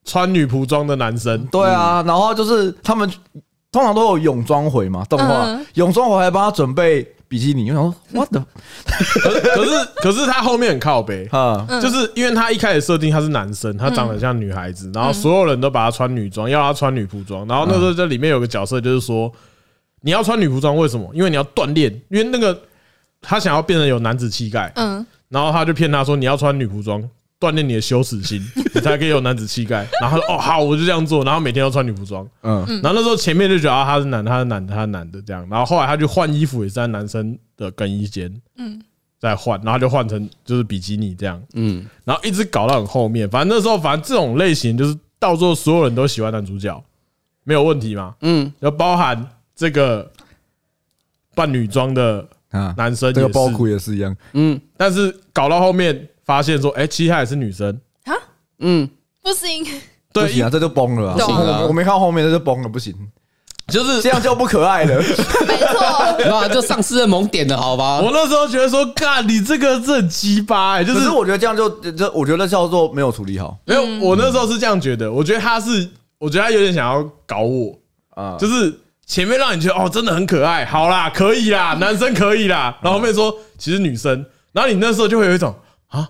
穿女仆装的男生，
对啊，然后就是
嗯
他们通常都有泳装回嘛，动画
嗯
泳装回还帮他准备比基尼，我想说 what the
可可 是可是他后面很靠背。
啊，
嗯
就是因为他一开始设定他是男生，他长得像女孩子，然后所有人都把他穿女装，要他穿女仆装。然后那时
嗯
候这里面有个角色就是说，你要穿女仆装为什么？因为你要锻炼，因为那个他想要变得有男子气概，
嗯，
然后他就骗他说你要穿女仆装，锻炼你的羞耻心，你才可以有男子气概。然后他说哦好，我就这样做，然后每天都穿女仆装。
嗯
然后那时候前面就觉得啊他是男的，他是男的，他是男的这样。然后后来他就换衣服也是在男生的更衣间，嗯，再换，然后他就换成就是比基尼这样，
嗯，
然后一直搞到很后面。反正那时候反正这种类型就是到最后所有人都喜欢男主角，没有问题嘛，嗯，要包含这个扮女装的
啊，
嗯男生，
这个包谷也是一样，
但是搞到后面发现说，哎、其实她也是女生，
啊，
嗯，
不行，
不
对，
行啊，这就崩了啊，
不行
啊
我我没看到后面，这就崩了，不行，
就是
这样就不可爱了，
没错，
那啊就丧失了萌点了，好吧
我？那时候觉得说，干你这个这很鸡巴哎，就
可
是
是我觉得这样就这，我觉得叫做没有处理好
没有，我那时候是这样觉得，我觉得他是，我觉得他有点想要搞我，
啊，
就是前面让你觉得哦，真的很可爱，好啦，可以啦，男生可以
啊
啦，然后后面说其实女生，然后你那时候就会有一种啊，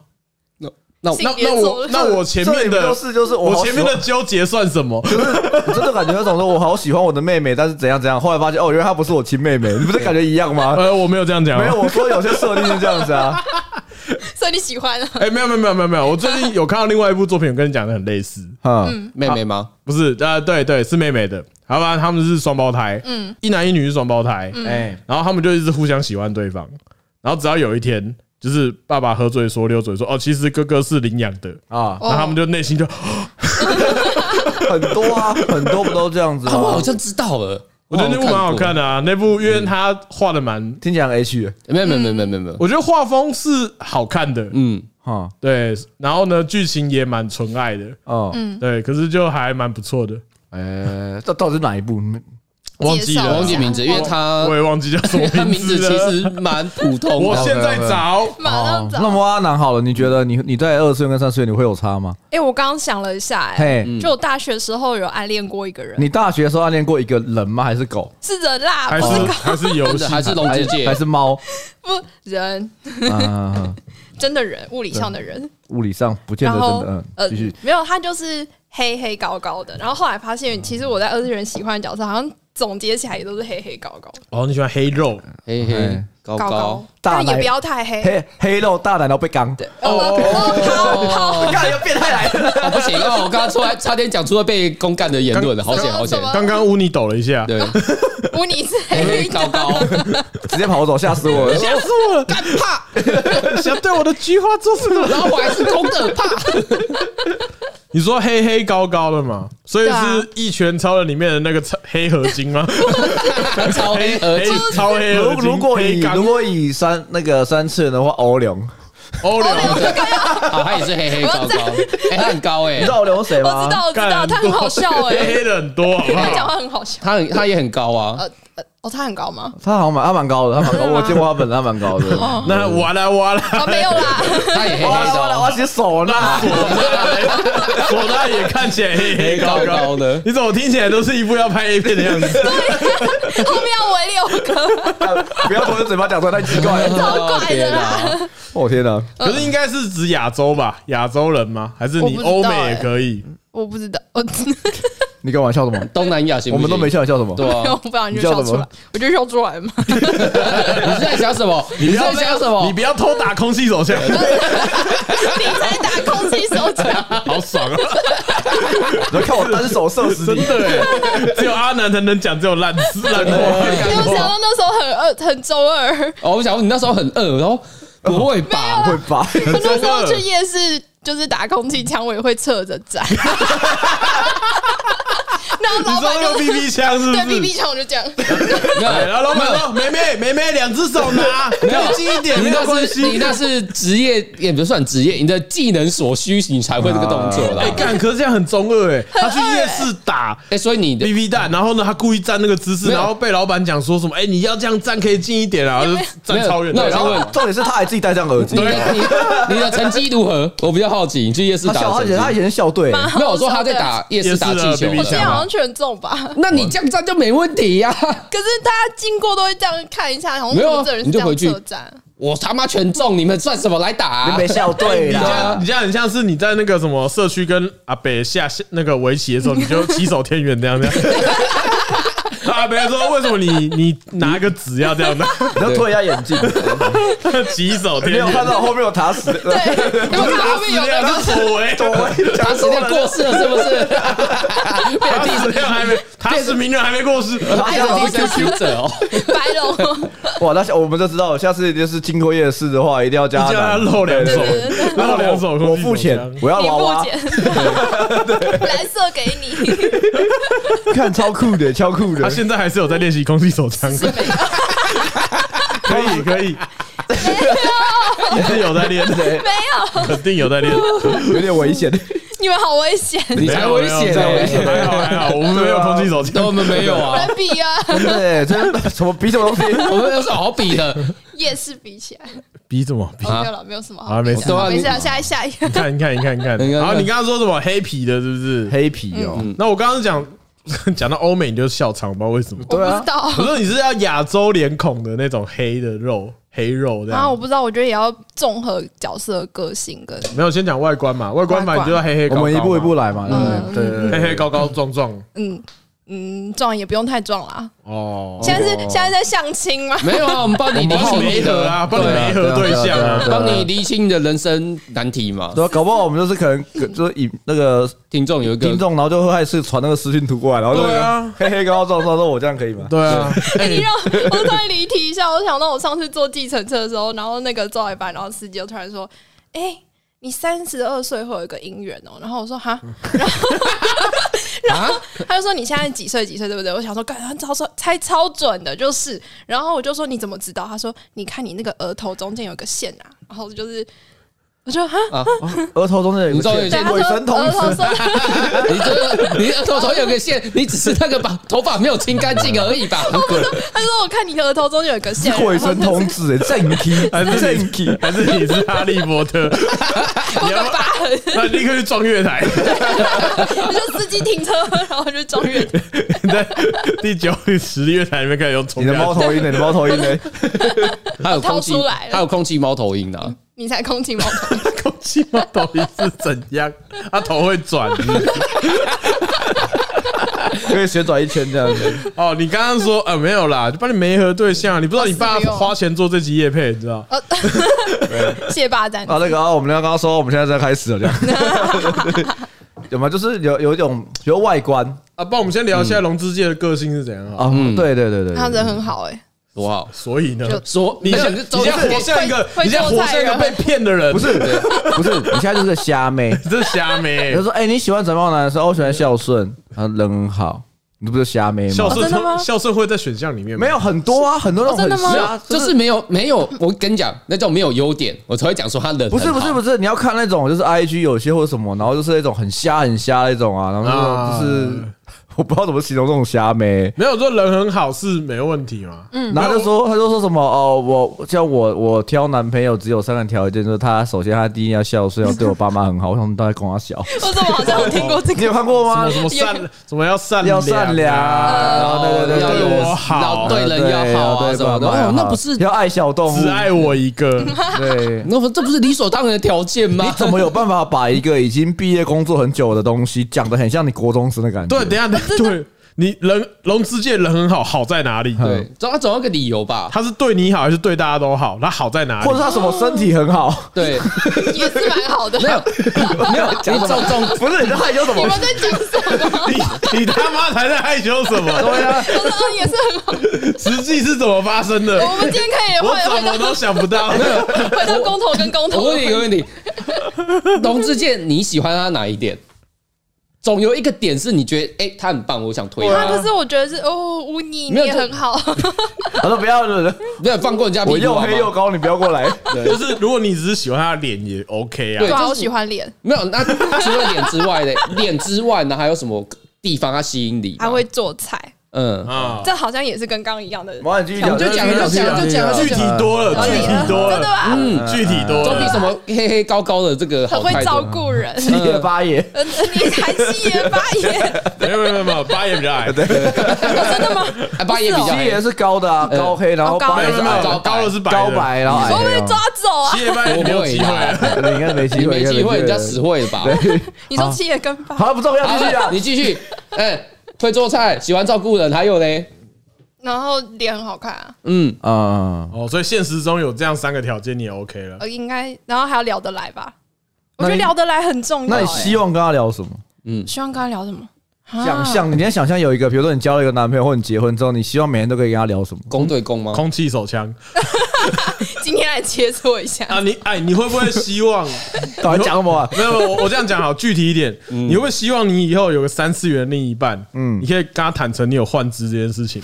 那
那那我那我前
这
面
里
的
不就是就是
我
好
前面
喜
的
欢
纠结算什么？
我真的感觉那种说我好喜欢我的妹妹，但是怎样怎样，后来发现哦，原来她不是我亲妹妹，你不是感觉一样吗？
呃，我没有这样讲，
没有，。我说有些设定是这样子啊，
所以你喜欢啊？
哎，没有没有没有没有没有，我最近有看到另外一部作品，我跟你讲的很类似，
嗯，
妹妹吗？
不是，呃，对对，是妹妹的，好吧，他们是双胞胎，嗯，一男一女是双胞胎，
哎，
然后他们就一直互相喜欢对方，然后只要有一天，就是爸爸喝醉说溜嘴说，哦，其实哥哥是领养的，
啊，
哦
然后他们就内心就，
很多啊，很多不都这样子
哦
啊，我好
吗？
像知道了，哦
我觉得那部蛮好看
的。
的啊，那部因为他画的蛮，
听起来很 H
没有没有没有没有没有没有，
我觉得画风是好看的，
嗯，
哈，
对，然后呢，剧情也蛮纯爱的，
哦，
嗯
对，可是就还蛮不错的，
哎，这到底是哪一部？
忘记
介
了，
绍
我忘记名字，因为他
哦我也忘记叫什么
他名字
字
其
了，
实蛮普通
我
的。
现在找。
马上
哦那
找。
么阿南好了，你觉得你你在二岁跟三岁你会有差吗？
哎，我刚刚想了一下，哎，
嘿，
就我大学时候有暗恋过一个人，
你大学的时候暗恋过一个人吗？还是狗？
是人啦，
还
不
是
是
还是游
真
戏
的，还是龙
还
之
是
介
还，是猫？
不人，
啊，
真的人，物理上的人。
物理上不见
然
得真
后
的，
呃
嗯，继续，
没有，他就是黑黑高高的。然后后来发现，其实我在二次元喜欢的角色，好像总结起来也都是黑黑高高，
哦，你喜欢黑肉
嘿嘿
哎，
高
高
高
高，，
大
但也
奶
不要太黑。
黑黑肉大胆到被刚，
对，哦，哦好好，
干有变态来了，
啊不行，因为我刚刚出来差点讲出了被公干的言论了，好险
什么
好险
什，么
刚刚乌尼抖了一下，
对，
乌尼是黑
嘿
哎
嘿高
的，
高，
直接跑走，吓死 我了！
吓死我了！
干怕，
想对我的菊花做什么？
然后我还是公的怕，
你说黑黑高高的嘛，所以
对啊
是一拳超人里面的那个超黑合金 吗？
超黑而
黑
且
超黑合
哎 如
金，
如果
黑
以
钢
如果以三那个三次元的话，哦欧龙，
欧
哦
流
好，呃他也是黑黑高高，哎，他很高
你
哎
知，道欧龙谁
我
吗
知？道，我知道，
干
他很好 笑
黑
哎，
黑的很多，好不
他讲
好？
话很好笑。
他很他也很高啊，
呃呃，哦，他很高吗？
他好像蛮他蛮高的，他蛮高，
真的吗
我见过他本人，他蛮高的。哇
那完了完 了，
啊，没有 啦，
他也黑
哇
黑的
哇！
哦，
我写手呢，
那索纳索纳也看起来黑黑高高。
的，
你怎么听起来都是一副要拍 A 片的样 子？
后面要围六个，
不要从你嘴巴讲出来，太奇怪了。
超怪
哦
的啦。
啊
我天哪！
可是应该是指亚洲吧？亚洲人吗？还是你
我不
欧
知道欸
美也可以？
我不知道，我
你跟我笑什么？
东南亚行，
我们都没，笑，你笑什么？
对
我
啊，
不然
你
就
叫
笑
什
出
么
来，我就笑出来 嘛。
你是在想什么？你是在想什么
你？不要偷打空气 手枪，
你在打空气手枪，
好爽啊！
你要看我单手射死
真
你！
的耶，只有阿南才能讲这种烂事烂话。
因为啊我想到那时候很饿，很中二。
哦，我想问你那时候很饿，然后不会吧？
会吧？
我那时候去夜市，就是打空气枪，我也会侧着 站。然后
你
老
说
板
那
就
个
是
BB 枪是
对
不
BB
是？
枪，我就这样。
没有
对然后老板说：“梅梅，梅梅，两只手拿，
啊没有
冷静一点，
你
没有
那
关
是你
系。
那是职业，也不算职业，你的技能所需，你才会这个动作”啦
哎，。干，可是这样很中二哎。他去夜市打
哎，所以你的
BB 弹，然后呢，他故意站那个姿势，
没有
然后被老板讲说什么：“哎，你要这样站可以近一点啊，就
有没有
站超远。”
没有
然
然
后
后重点是他还自己戴上耳机
你，的你你的成绩如何？我比较好奇，你去夜市
他
打
笑，他
的
以前他
成
以
绩。
前是校队，
妈
没有，我说他在打夜市打气球
夜市的 BB
我记得
枪
啊。
好像全中吧，
那你这样站就没问题呀、
可是大家经过都会这样看一下，好像
没有啊
怎么这人是
你
这
就
样
回去
侧站。
我他妈全中，你们算什么来打、
你
啊？
没校队
你这
啦。
样，你这样很像是你在那个什么社区跟阿北下下那个围棋的时候，你就七手天元这样这 样。阿北说：“为什么你你拿个纸要这样 拿？
你要推一下眼镜，
起手天
没有
元，
看到后面有塔死，对，
对，因 为看后面有那
他
个，
所为，
走位
他
讲
时
错
间
了，
过世了是不是？变
他
成
死
第
量还没，他死名人还没过 世。
哎呦
变成第三者哦。
白龙，
哇，那下我们就知道，下次就是经过夜市的话，一定要加
你叫他 露两手
对对对，
露两手，
我付钱，我要
你
娃
不
娃，
捡，蓝色给你。
看超酷的，超 酷的
他，现在啊还是有在练习空气手枪，
哦
可以可以，一直有在练，
没有，
肯定有在练，
有点 危险。
你们好危险，
你才危险
没有没有
嘞、欸！
还好还好，我们没有空气手
那
枪
我，们没有 啊，
人比啊，
对，这什么比什么东西？
我们有什么好比的？
夜市比起来，
比什么比？
哦没有了，没有什么
啊
好
没
比
事
的，
对啊
没事啊，
你
下一下一个。
你看你看你看你看，然后你刚刚说什么黑皮的，是不是？
黑皮哦，
那我刚刚讲讲到欧美，你就笑场，我不知道为什么。
我
对
不
啊
知道
我说你是要亚洲脸孔的那种黑的肉，黑肉这
啊，我
样。
不知道，我觉得也要综合角色的个性跟
没有，先讲外观嘛，外观嘛，
外
你
观
就要黑黑高
我
高嘛，
们一步一步来嘛，
嗯
对对
黑
对
黑高高壮壮
嗯嗯壮也不用太壮啦。
哦。
现在是现在在相亲吗？
没有啊，我们帮你理
帮你
清
媒
你
合
的，
啊，帮你媒合对象啊。
帮你理清你的人生难题嘛。
对啊，搞不好我们就是可能就是以那个
听众有一个
听众，然后就会开始传那个私信图过来，然后就
对啊
黑黑高高壮壮说：“我这样可以 吗
对啊，
哎， 你 让我突然离题一下，我想到我上次坐计程车的时候，然后那个坐到一半，然后司机就突然说：“哎，你三十二岁会有一个姻缘哦。”然后我说：“哈。”
嗯
啊，
他就说你现在几岁几岁对不对？我想说，感觉超超猜超准的，就是。然后我就说你怎么知道？他说你看你那个额头中间有个线啊。然后就是，我就哈，？”
额头中间有
你
个
知道有
线
一
对，
些
他
鬼
说
神童
额头
子，
中间
你这你额头头有个线，你只是那个把头发没有清干净而已吧？
他说我看你的额头中间有个 线，
鬼神
然后
童子，欸正 题
还是
正题
你，啊还是你是哈利波 特？你要
我
不
把很，
那立刻去撞月台，
我就司机停车，然后就撞越台，
在第九十月台里面开始用冲
你的
下
猫
去。
头鹰呢？欸你的猫头鹰呢？
还有空气
掏出来，了
还有空气猫头鹰呢。啊
你才空气猫头，
空气猫到底是怎样？它头会 转是不是
可以旋转一圈这样子。
哦。你刚刚说呃没有啦，就帮你媒合对象，啊你不知道你爸花钱做这集夜配，你知道？
谢霸占
哦
啊，那个啊，我们刚刚说我们现在在开始了，这样 有吗？就是有有一种比如外观
啊，帮我们先聊一下龙之介的个性是怎样啊？
啊，
嗯
对对对对，
他
对
人很好哎，
多好。
所以呢，
就
说
你
没有
像
就
你
周
像
是
活像一个，
会
你像活像一个
会做菜的
被骗的人，
不是不是，你现在就是虾 妹，
你这是瞎
你
妹
就。说哎，你喜欢怎么样的男生？哦我喜欢孝顺，他人很好，你不是虾妹吗
孝？顺
哦真的吗
孝顺会在选项里面吗
没有很多啊，很多那种
哦真的
很
吗
是啊，
就是没有没有，我跟你讲，那叫没有优点，我才会讲说他人
不是不是不
是，
是，你要看那种就是 I G 有些或者什么，然后就是那种很瞎很瞎那种啊，然后那种就是、我不知道怎么形容这种瞎妹。
没有说人很好是没问题嘛？
嗯
嗯
然后他就说，他就说什么哦，我像我我挑男朋友只有三个条件，就是他首先他第一要孝顺，要对我爸妈很好。我想大概跟他小，
我怎么好像有听过这
你有
个？
看过吗
什么？什
啊
么善，什么要善良
要
啊，
善良，然后对对对
要
对
有
对
对
我好
然后对人要好啊
对
什么的。
爸妈要
哦
好，
那不是
要爱小动物，
只爱我一个。
嗯
对。
那不这不是理所当然的条件吗？
你怎么有办法把一个已经毕业工作很久的东西讲的很像你国中生的感 觉？
对，等一
哦
下，对你人龙之介人很好，好在哪
嗯
里？
对，总他总要个理由吧？
嗯他是对你好还是对大家都好？他好在哪里
或者？他什么身体很好，
对，
也是蛮好的。
没有 没 有，你这种
不是你在害羞什
你
么？
们在讲什么？
你你他妈才在害羞什么？
对啊，
我说哦，也是很好。
实际是怎么发生的？
我们今天可以
我
回
怎
回
么
到
都想不到。
回到公投跟公
我
投。
问你一个问题，龙志健，你喜欢他哪一点？总有一个点是你觉得，哎、他很棒，我想推
啊，
他。
可是我觉得是哦，乌尼你
没有
也
就
很好，
他说不要惹，
不要放过人家
我
屁股
又
好
黑又
吗？
高，你不要过来。
就是如果你只是喜欢他的脸也 OK 啊
对，
对就是
啊，我喜欢脸，
没有，那除了脸之外嘞， 脸之外呢，还有什么地方他吸引你吗？
还会做菜，
嗯，
啊。
这好像也是跟刚刚一样的。
麻烦你继续讲，
就讲了就讲了就讲了
具体多了，具体多
真
了，
的吧？
嗯
具体多
总比
了。
什么黑黑高高的这个
很
好
会
太
照
多。
顾人，
七爷八爷，
嗯你才七爷八 爷，
没有没有没有没有，八也比较矮，对，
真的吗？
啊，八也比较
七爷
矮，
是高的啊，
嗯
高黑，然后
哦高
八
没
爷
有
是
没
矮
有
高
高
白
的是白
高
的，
白，然后矮
我
的。
会被抓走啊
哎
七！也八也没有机会 啊了。
你应该没
你
机会，
没
应该
机会，人家死会吧？
你说七爷跟八，
好，不重要，
好
继续啊
了，
讲。
你继续。哎，会做菜，喜欢照顾人，还有嘞，
然后脸很好看啊，
嗯，
啊，
哦，所以现实中有这样三个条件，你也 OK 了。
呃，应该，然后还要聊得来吧？我
那
觉
你
得聊得来很重要
那
欸。
你希望跟他聊什么？
希望跟他聊什么？啊
想象，你今天想象有一个，比如说你交了一个男朋友，或你结婚之后，你希望每天都可以跟他聊什么？
公对公吗？
空气手枪
今天来切磋一下，
啊，你哎，你会不会希望？
到底讲什么啊？
没有，我我这样讲好，具体一点，你会不会希望你以后有个三次元另一半？嗯，你可以跟他坦诚你有幻肢这件事情。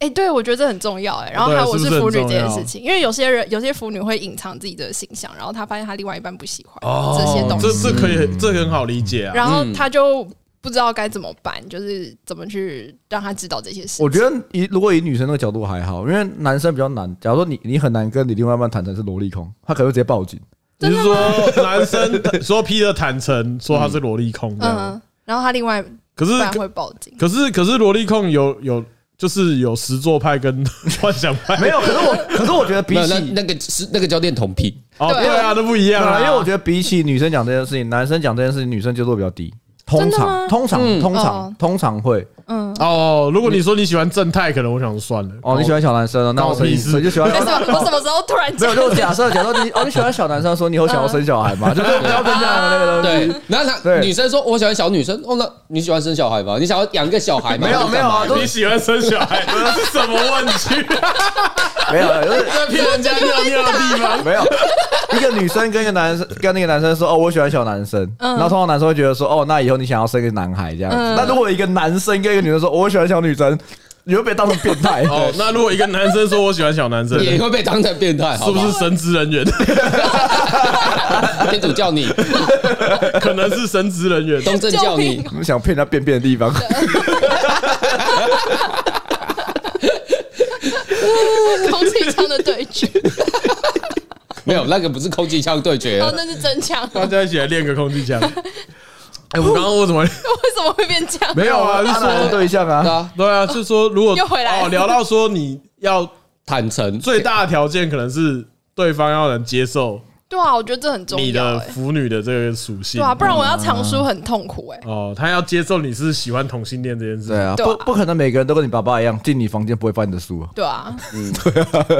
哎、对，我觉得这很重要哎、然后还有我
对是
是
不是
腐女
很
这
重要
件事情，因为有些人有些腐女会隐藏自己的形象，然后她发现她另外一半不喜欢这些东西，
这嗯这可以，这很好理解啊。
然后她就不知道该怎么办，就是怎么去让她知道这些事情。
我觉得以如果以女生那个角度还好，因为男生比较难。假如说你你很难跟你另外一半坦诚是萝莉控，他可能会直接报警。
你是说男生说 P 的坦诚说他是萝莉控这样，
嗯，然后她另外一
可是
半会报警。
可是可是萝莉控有有就是有实作派跟 幻想派，
没有，可是我可是我觉得比
没有，那
起
那个是那个叫恋童癖。
哦，
对啊
对啊，都不一
对
样
啊，
啊。
因为我觉得比起女生讲这件事情，男生讲这件事情，女生接受度比较低。通
真的
常
吗
通常
嗯
通常
哦
通常会
嗯，
哦，如果你说你喜欢正太，可能我想算了。
哦，你喜欢小男生啊？那我
搞屁
谁
事
谁就喜欢？
但是我我什么时候突然
没有，
讲？
就假设假设你哦，你喜欢小男生，说你以后想要生小孩 嘛？就是不要跟这样的那个东西。
对，然后他
对
女生说：“我喜欢小女生。”哦，那你喜欢生小孩吧？你想要养一个小孩吗？
没有没有 啊，都
你喜欢生小 孩，是什么问题？
没有，啊就是
在骗人家尿尿的地方。
没有，一个女生跟一个男生，跟那个男生说哦，我喜欢小男生，
嗯
然后通常男生会觉得说哦，那以后你想要生个男孩这样子。
嗯
那如果一个男生跟一个女生说哦我喜欢小女生， 你会被当成变态。
哦，那如果一个男生说我喜欢小男生，
也
是
会被当成变态，好
不
不好
是神职人 员？
天主叫你，
可能是神职人员。
东正叫你
救，
你们想骗他便便的地方，
空气枪的对决，
没有那个不是空气枪对决啊
哦，，那是真枪，
大家一起来练个空气枪。 哎，我刚刚为什么
为什么会变这 样？
没有 啊？
他
是
男的
说
对象
对
啊，
啊，
对啊，是说如果
又回来
哦，聊到说你要
坦诚
最大的条件可能是对方要能接受
对啊，我觉得这很重
你
要、
的
欸，
腐女的这个属性
对啊，不然我要藏书很痛苦哎、
哦，他要接受你是喜欢同性恋这件事
对
情。
啊，
对
不
啊
不可能每个人都跟你爸爸一样进你房间不会翻你的书啊。
对啊，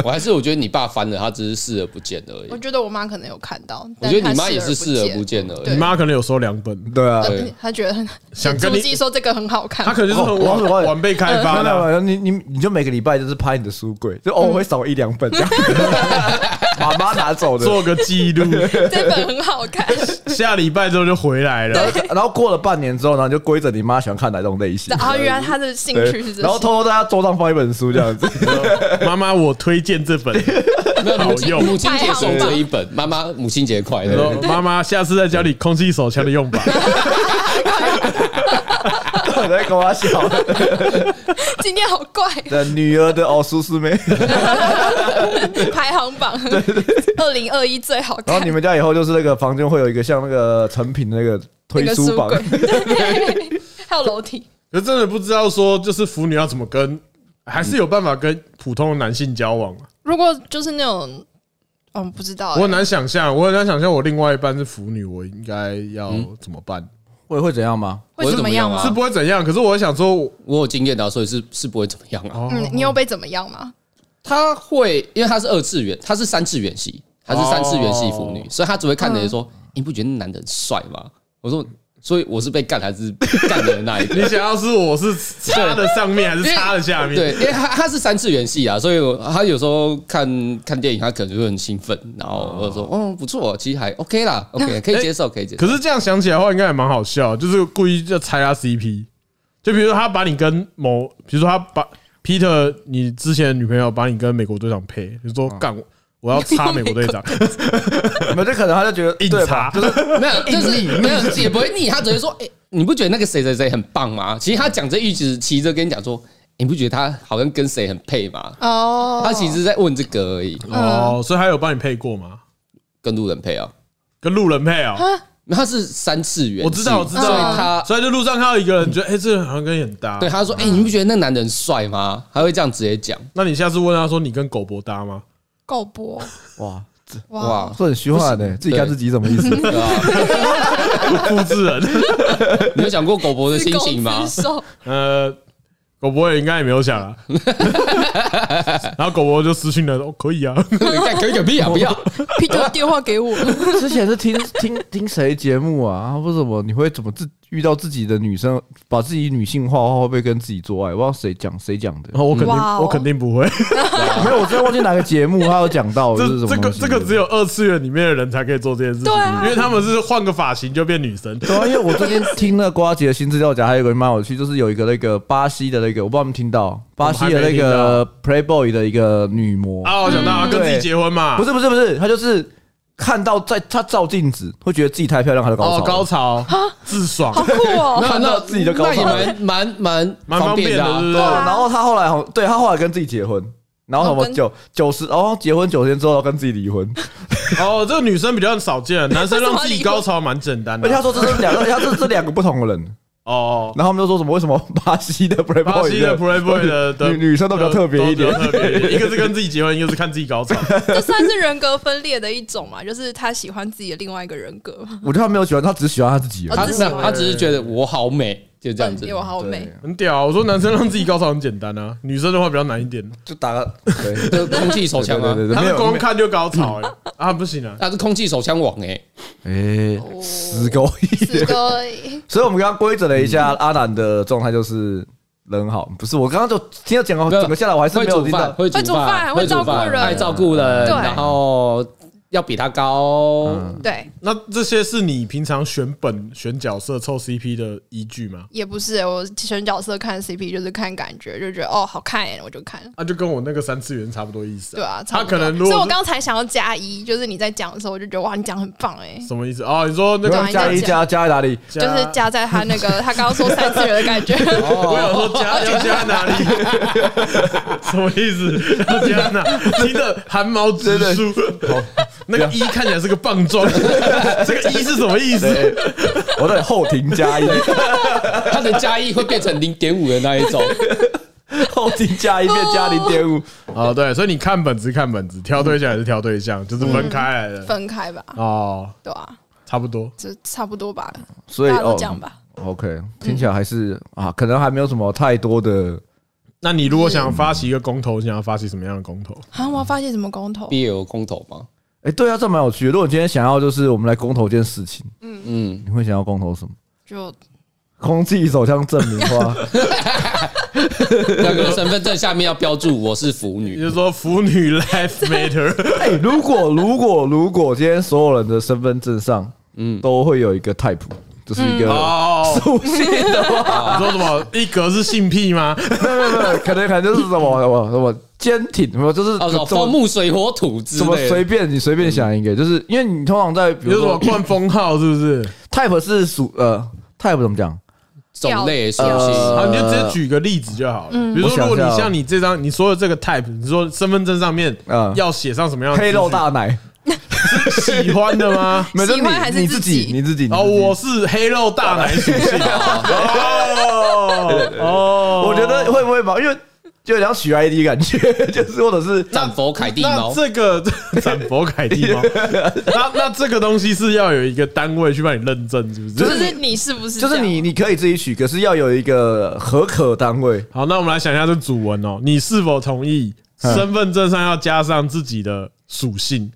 我还是我觉得你爸翻了，他只是视而不见而已
我。觉得我妈可能有看到，
我
但
觉得
她
你妈也是视
视
而
不
不。见而
你
已
对。
妈可能有收两本，
对啊，
对
呃她觉得很
想跟
朱
你
记说这个很好看，
她可能就是很
哦
晚
我我
晚被开
没
发
有没
的
有
啊。
没有，你你你就每个礼拜就是拍你的书柜，
嗯
就偶尔会少一两本 这样，把妈拿走的。
做个记 录，
这本很好看，
下礼拜之后就回来了。
然后过了半年之后，然后你就规着你妈喜欢看哪种类 型
然，后哦原来她的兴
对
趣是这些，
然后偷偷在她桌上放一本书这样子。
妈妈，我推荐这本，
没有母
好用
亲母亲节送这一本，妈妈母亲节快
然后
乐。
妈妈下次再教你空气手枪的用法。
我在跟我 笑，
今天好怪，
的女儿的哦，叔叔 妹。
排行榜二零二一最好
然后
看
你。们家以后就是那个房间会有一个像那个成品的那个推
那个
书
书
榜，
柜，对，还有楼梯，
可真的不知道说，就是腐女要怎么跟，还是有办法跟普通的男性交
哦
往啊？
如果就是那种，嗯，不知道、
我
欸
很，难想象，我很难想象我另外一半是腐女，我应该要怎么办？
会会怎样吗？
会怎么样
我
吗
哦
是
是？不会怎样，可是我想说，
我有经验的啊，所以是是不会怎么样啊。
哦，
嗯，你有被怎么样吗？
他会，因为他是二次元，他是三次元系，他是三次元系腐女
哦，嗯
所以他只会看着你说：“你不觉得那男的很帅吗？”我说：“所以我是被干还是 干的那一个？”
你想要是我是插的上面还是插的下面？
对，因为他他是三次元系啊，所以我他有时候看看电影，他可能就会很兴奋，然后我就
哦
说，嗯、不错，其实还 OK 啦，OK 可以接受，可以接受。
可是这样想起来的话，应该也蛮好笑，就是故意就拆他 CP。就比如说他把你跟某，比如说他把 Peter 你之前的女朋友把你跟美国队长配，就说干我我要插哦美国队 长，
没有，就可能他就觉得
硬
对
插
吧？就是
没有，就是没有，也不会腻，他只会说，哎、你不觉得那个谁谁谁很棒吗？其实他讲这一直其实跟你讲说，你不觉得他好像跟谁很配吗？
哦，
他其实是在问这个而已，
哦，所以他有帮你配过吗？
跟路人配啊，
跟路人配 哦，
他是三次元系，
我知道我知道嗯
所以他
所以就路上看到一个人，觉得哎、诶这个人好像跟你很搭。
对他说，哎、你不觉得那男人帅吗？他会这样直接讲，
那你下次问他说你跟狗博搭 吗？
够播
哇，
哇，
这很虚幻的，自己看自己什么意思？
对吧、
复制人，
你有想过狗博的
自
心
攻
情 吗
自？受
呃，狗博也应该也没有想 啊。然后狗博就私讯了，哦，可以 啊，
干可以个屁啊！不要，
，Peter 电话给我，
之前是听 听听谁节目啊？为什么你会怎么自遇到自己的女生，把自己女性化的话，会不会跟自己做爱？我不知道谁讲谁讲的
然，后我肯定
哇哦
我肯定不会。
没有，我真的忘记哪个节目他有讲到，
这
哦就是什么
这个
东西
这个只有二次元里面的人才可以做这件事情，
对啊
因为他们是换个发型就变女生。
对啊，因为我最近听那个瓜姐的新资料夹，还有一个蛮有趣，就是有一个那个巴西的那个，我不知道你们听到巴西的那个 Playboy 的一个女模，
啊，我想到啊跟自己结婚嘛，
不是不是不是，她就是看到在她照镜子会觉得自己太漂亮，她就高潮
哦
了，
高潮
啊
自爽
好，酷哦，
那
看到自己就高
那也
潮了
蛮蛮蛮
蛮方便
便
的，
啊
对不对？
对，然后她后来好，对她后来跟自己结婚。然后什
哦
么
跟
九九十，然后结婚九天之后跟自己离婚，
啊
哦，这个女生比较少 见，男生让自己高潮蛮简单
而
的
且她。说这是两个，她这这两个不同的人。
哦，
然后他们就说什么为什么巴西的 Playboy
巴西的 Playboy 的的
女女生都比较特别一点
都，比较特别一点一个是跟自己结婚，一个是看自己高潮。
这算是人格分裂的一种嘛？就是他喜欢自己的另外一个人格，
我觉得他没有喜欢，他只是喜欢他自
啊
己而已。
他
自己
他只是觉得我好美，就这样子
本。我好美
对，
很屌啊、我说男生让自己高潮很简单啊，女生的话比较难一点。
就打个对对
就空气手枪啊，
对对，
他
没
们
有
光看就高潮、欸，啊不行啊，
他是空气手枪王哎，
没有哎，死狗一
这
点。
个
所以我们刚刚规整了一下阿南的状态，就是人好，不是我刚刚就听到讲个
没有
整个下来，我还是
会
没有
煮
听
饭，
到。
会
会煮饭
会
会照顾人
爱照顾人，
对
然后要比他高。
对，
那这些是你平常选本、选角色、凑 CP 的依据吗？
也不是、我选角色看 CP 就是看感觉，就觉得哦好看、我就看。
啊，就跟我那个三次元差不多意思
对
啊。
啊，
他
差不多
可能如
所以我
果是
刚才想要加一，就是你在讲的时候，我就觉得哇，你讲得很棒哎、
什么意思？哦，你说那
没
个
有加一加加在哪里？
就是加在他那个他刚刚说三次元的感觉，
我想说加要加哪里？ 什么意思？要加哪？听的汗毛直竖。
哦
那个一看起来是个棒状，这个一是什么意思？
对，我在后庭加一，
他的加一会变成零点五的那一种，
后庭加一片加零点五，
哦，对，所以你看本子看本子，挑对象也是挑对象，就是分开来的。
分开吧，
哦，
对啊，
差不多。
就差不多吧，
所以
大家
哦
都这样吧。
，OK，听起来还是啊，可能还没有什么太多的
那你如果想发起一个公投，你想要发起什么样的公投？
啊，我要发现什么公投？
毕业有公投吗？
哎、对啊，这蛮有趣的。如果今天想要就是我们来公投一件事情，
嗯，
你会想要公投什么？
就
空气走向证明化，
那个身份证下面要标注我是腐
也
女，
就是说，腐女 life matter。
哎、 如果如果如果今天所有人的身份证上，嗯，都会有一个 type，就是一个
哦，
属性的话，
你说什么？一格是性癖吗？
没有没有没有，可能可能就是什么什么什么坚挺，什么就是
哦，什么
怎么
风木水火土之
怎么
类
随
的。
便你随便想一个，就是因为你通常在比
你
如
说什么
说
冠封号是不是？
type 是属呃 type 怎么讲？
种类属
呃
性，
好，你就直接举个例子就好了。比如
我
说，
想
如
一
果
下
你
哦
像你这张你说的这个 type，你说身份证上面
嗯
要写上什么样的
黑肉
字
大奶，
是喜欢的 吗？
没有就是
喜欢还
你
是
你
自
自
己
己你自己
哦，我是黑肉大奶属性。哦哦，
我觉得会不会吧？因为就像取 ID 感觉， 就是或者是
斩佛凯蒂
那
猫，
这个 斩佛凯蒂 猫，那那这个东西是要有一个单位去帮你认证，是不？
就是是你是不是这
就
样？
是你你可以自己取，可是要有一个合可单位。
好，那我们来想一下这主文哦，你是否同意
嗯
身份证上要加上自己的属性、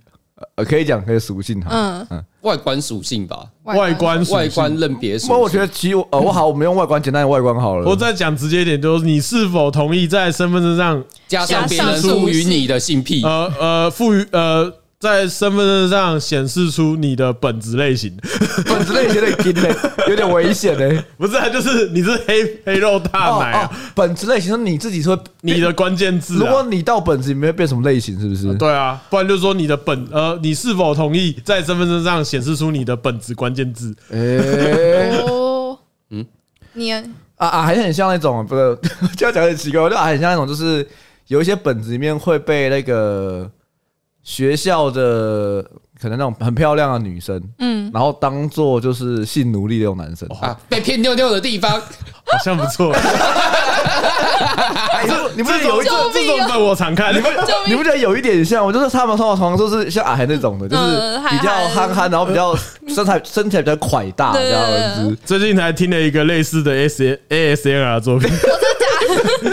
呃，可以讲可以属性哈。
嗯
外观属性吧，
外观属性
外观？认别属
不过
性。
我觉得其实 我呃，我好，我们用外观简单的外观好了。
我再讲直接一点，就是你是否同意在身份证上，
加上别人
加上
赋予你的性癖，
呃呃，赋予呃，在身份证上显示出你的本质类型？
本子类有点紧嘞，有点危险欸嘞。
不是啊，就是你是黑黑肉大奶啊，，
本子类型是你自己说，
你的关键字、啊。
哦如果你到本子里面会变什么类型，是不是？
对啊，不然就说你的本呃，你是否同意在身份证上显示出你的本职关键字？
诶
哦，嗯，你
啊啊，还是很像那种，不是， 这样讲有点奇怪，我就啊很像那种，就是有一些本子里面会被那个学校的可能那种很漂亮的女生，嗯，然后当做就是性奴隶那种男生。
哦
啊，被骗尿尿的地方，
好像不 错。
哎你不是
这
有
种
一种，
救
这
命啊
种本我常 看，你们
你不觉得有一点像吗？就是他们通常常就是像阿海那种的，就是
嗯
比较憨憨，然后比较 身材身材比较宽大
对
这
对
样
对
子。
最近才听了一个类似的 S A S N R 的作品，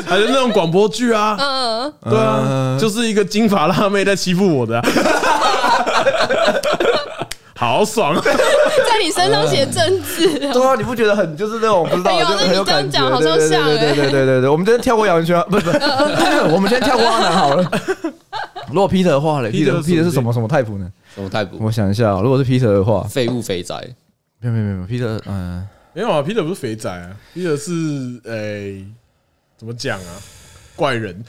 还是那种广播剧啊，
嗯，
对啊，就是一个金发辣妹在欺负我的啊、好爽啊！
在你身上写政治 啊，
对啊，你不觉得很就是那种不知道
哎呦
就
那你
很有
这样
感觉？
讲好
对
像
对
像嗯
对对
欸
对对对对，我们今天跳过杨文轩， 不是不是， 我们先跳过阿南好了。如果 Peter 的话嘞
Peter 是什么
，Peter Peter 是什么什么 type 呢？
什么太不
我想一下哦，如果是 Peter 的话，
废物肥宅，
没有没有没有，Peter 嗯，
没有啊，Peter 不是肥仔啊，Peter 是诶、怎么讲啊？怪人，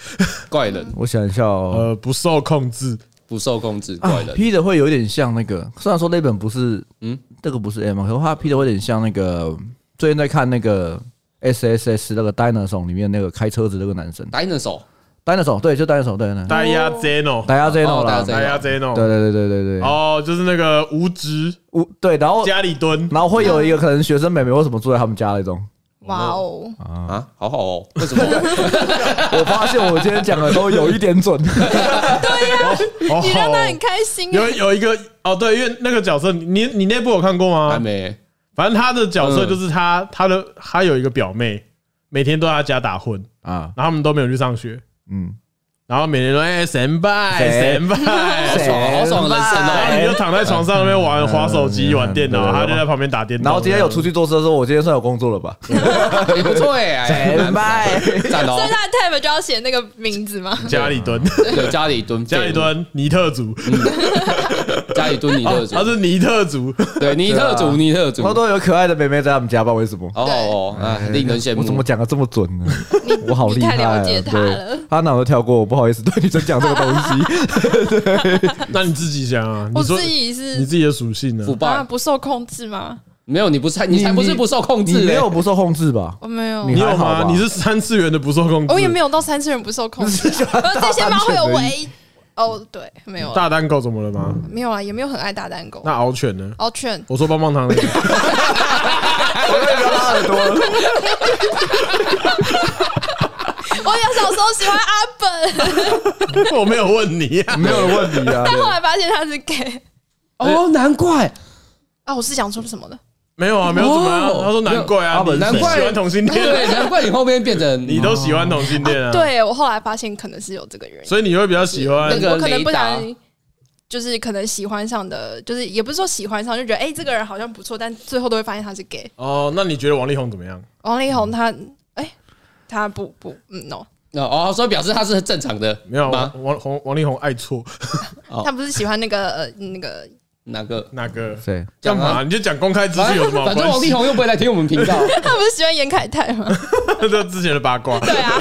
怪人
我想一下哦，
呃，不受控制，
不受控制，
啊
怪人
，Peter 会有点像那个，虽然说那本不是，嗯
嗯，
这个不是 M，可是他 Peter 会有点像那个，最近在看那个 SSS 那个 Dinosaur 里面那个开车子那个男生
dinosaur，
，Dinosaur 对，就 Dinosaur 对对，
大家 Zeno，
大家这种啦
哦，
大家 Zeno，
对对对对对对，
哦，就是那个无职
我对，然后
家里蹲，
然后会有一个可能学生妹妹或什么住在他们家那种。
哇哦，
啊，好好哦，为什么？
我发现我今天讲的都有一点 准，
哦
你让他很开心
有
啊，
有一个哦，对，因为那个角色，你你那部有看过
还
吗？
没
反正他的角
嗯
色就是他，他的他有一个表妹，每天都在他家打混，
啊，
然后他们都没有去上学，
嗯，
然后每天都哎神拜
谁
神 拜，
好哎爽好爽的人生
然后
哦
你就躺在床上那边
哎
玩滑手机、玩电
对
脑，
对对
他就在旁边打电脑。
哎然后今天有出去做事的时候，我今天算有工作了吧？，
也不错哎，
明白。
赞 哦
所以，他的 type 就要写那个名字吗？
家里蹲，
有家里蹲，
家里，蹲尼特族，
家里蹲尼特
他
族，
是尼特族，
对尼特
对啊
族，尼特族，
他
好
都有可爱的妹妹在他们家吧？为什么？
好哦，啊，令人羡
我怎么
慕。
讲的这么准呢？我好厉
你
害
太
啊！
了解他了
对，他哪都跳过，我不好意思对女生讲这个东西。
那你自己想啊，你
我
说
自己
你
是
自己的属性呢
腐？
啊，
败
不受控制吗？
没有，你不是你才
你
不是不受控制
你
欸，
没有不受控制吧？
我没有哦
你
你，
还
有
好吧
吗？你是三次元的不受控制，
我也没有到三次元不受控制啊，呃这些猫会有唯哦，对，没有啊，
大单狗怎么了吗？
没有啊，也没有很爱大单狗哦
那，敖犬呢？
敖犬
我说棒棒糖那个，
我也不要拉耳朵了。
我有小时候喜欢阿本，
我没有问你啊，
没有人问你啊。
但后来发现他是 gay
哦，难怪，
啊！我是想说什么的？
没有啊，没有怎么样。他说难怪啊，
哦没有
你
阿本
难怪
喜欢同性
对，
恋，啊
难怪你后面变成
你都喜欢同性恋啊，，
哦对我后来发现可能是有这个原因，
所以你会比较喜欢
那个
我可能不
雷达
然就是可能喜欢上的，就是也不是说喜欢上，就觉得哎、这个人好像不错，但最后都会发现他是 gay。
哦。那你觉得王力宏怎么样？
王力宏他哎、他不不嗯 no，
哦，所以表示他是正常的，
没有
吗？
王王王王力宏爱错
哦
他不是喜欢那个呃那个
哪个？
哪个？
对，
干嘛？你就讲公开资
反
讯有什
正
么好
反正
关
王力
系？
宏又不会来听我们频道，
他不是喜欢呃严凯泰吗？
这之前的八卦。
对啊，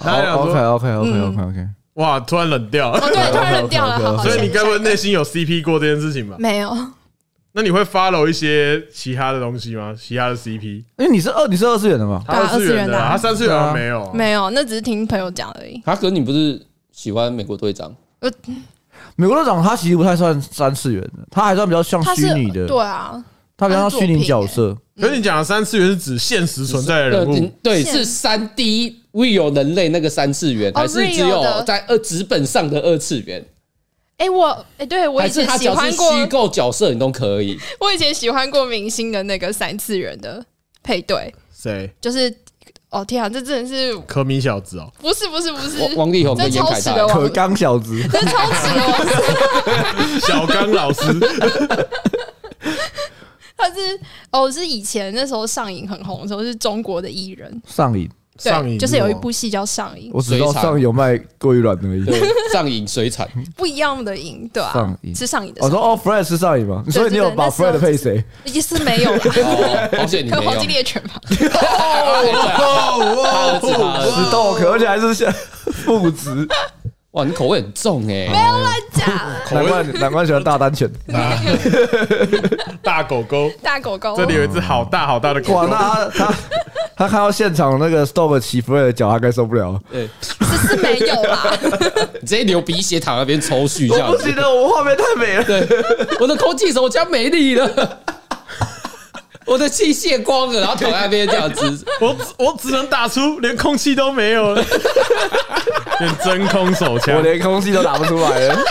他想说
OK OK OK
嗯
OK OK，
哇，突然冷 掉。
哦对，突然冷掉了，好好，
所以你
下
该
一
不
个
会内心有 CP 过这件事情吧？
没有？
那你会 follow 一些其他的东西吗？其他的 CP？
因为你是二，你是二次元的嘛？
他二次元的
对
啊，
啊
他三次元好像没有啊。
没有，那只是听朋友讲而已。
他可你不是喜欢美国队长？
美国队长他其实不太算三次元的，他还算比较像
他
虚
是
拟的，
对啊，
他比较像虚拟角色。
可是你讲的三次元是指现实存在的人
呃
物，
对，
现
是三 D we 有人类那个三次元，
哦
还是只
real
有
的
在二纸本上的二次元？
哎、我哎、对我
还
以
是
前
他只
喜
要
欢
是
过，
虚构角色，你都 可以。
我以前喜欢过明星的那个三次元的配对，
谁？
就是哦天啊，这真的是
可米小子哦，
不是不是不是，
王王力宏跟
这
严
超
凯
时
泰
的，
可
王，
刚小子，
这超时的哦王，
小刚老师。
他是哦是以前那时候上瘾很红的时候是中国的艺人，
上瘾，
对
上瘾
就是有一
哦
部戏叫上瘾，
我只知道上瘾有卖鲑鱼卵而已。
对，上瘾水产，
不一样的瘾，对吧、啊
上瘾
是上瘾的
我
上瘾，
说哦，Fred 是上瘾吗？
对
所以你有
对对
把
那时候
Fred 配谁？
也是没有啦，
哦，好险你 没
跟
有。
黄金猎犬吧，
哦
是 他儿子
石豆壳，而且还是像 父子，
哇，你口味很重哎、
真假
难怪难怪喜欢大单犬。
大狗狗，
大狗狗，
这里有一只好大好大的狗
哇，
狗。
那他他他看到现场那个 Stop 骑 Fred 的脚，他该受不了。
对，
这是没有啦，
你直接流鼻血躺在那边抽搐这样
我不
子
行。了，我画面太美了。
对，我的空气手枪没力了，我的气泄光了，然后躺在那边这样子。
我只我只能打出连空气都没 有了，变真空手
我
枪，
连空气都打不出来了。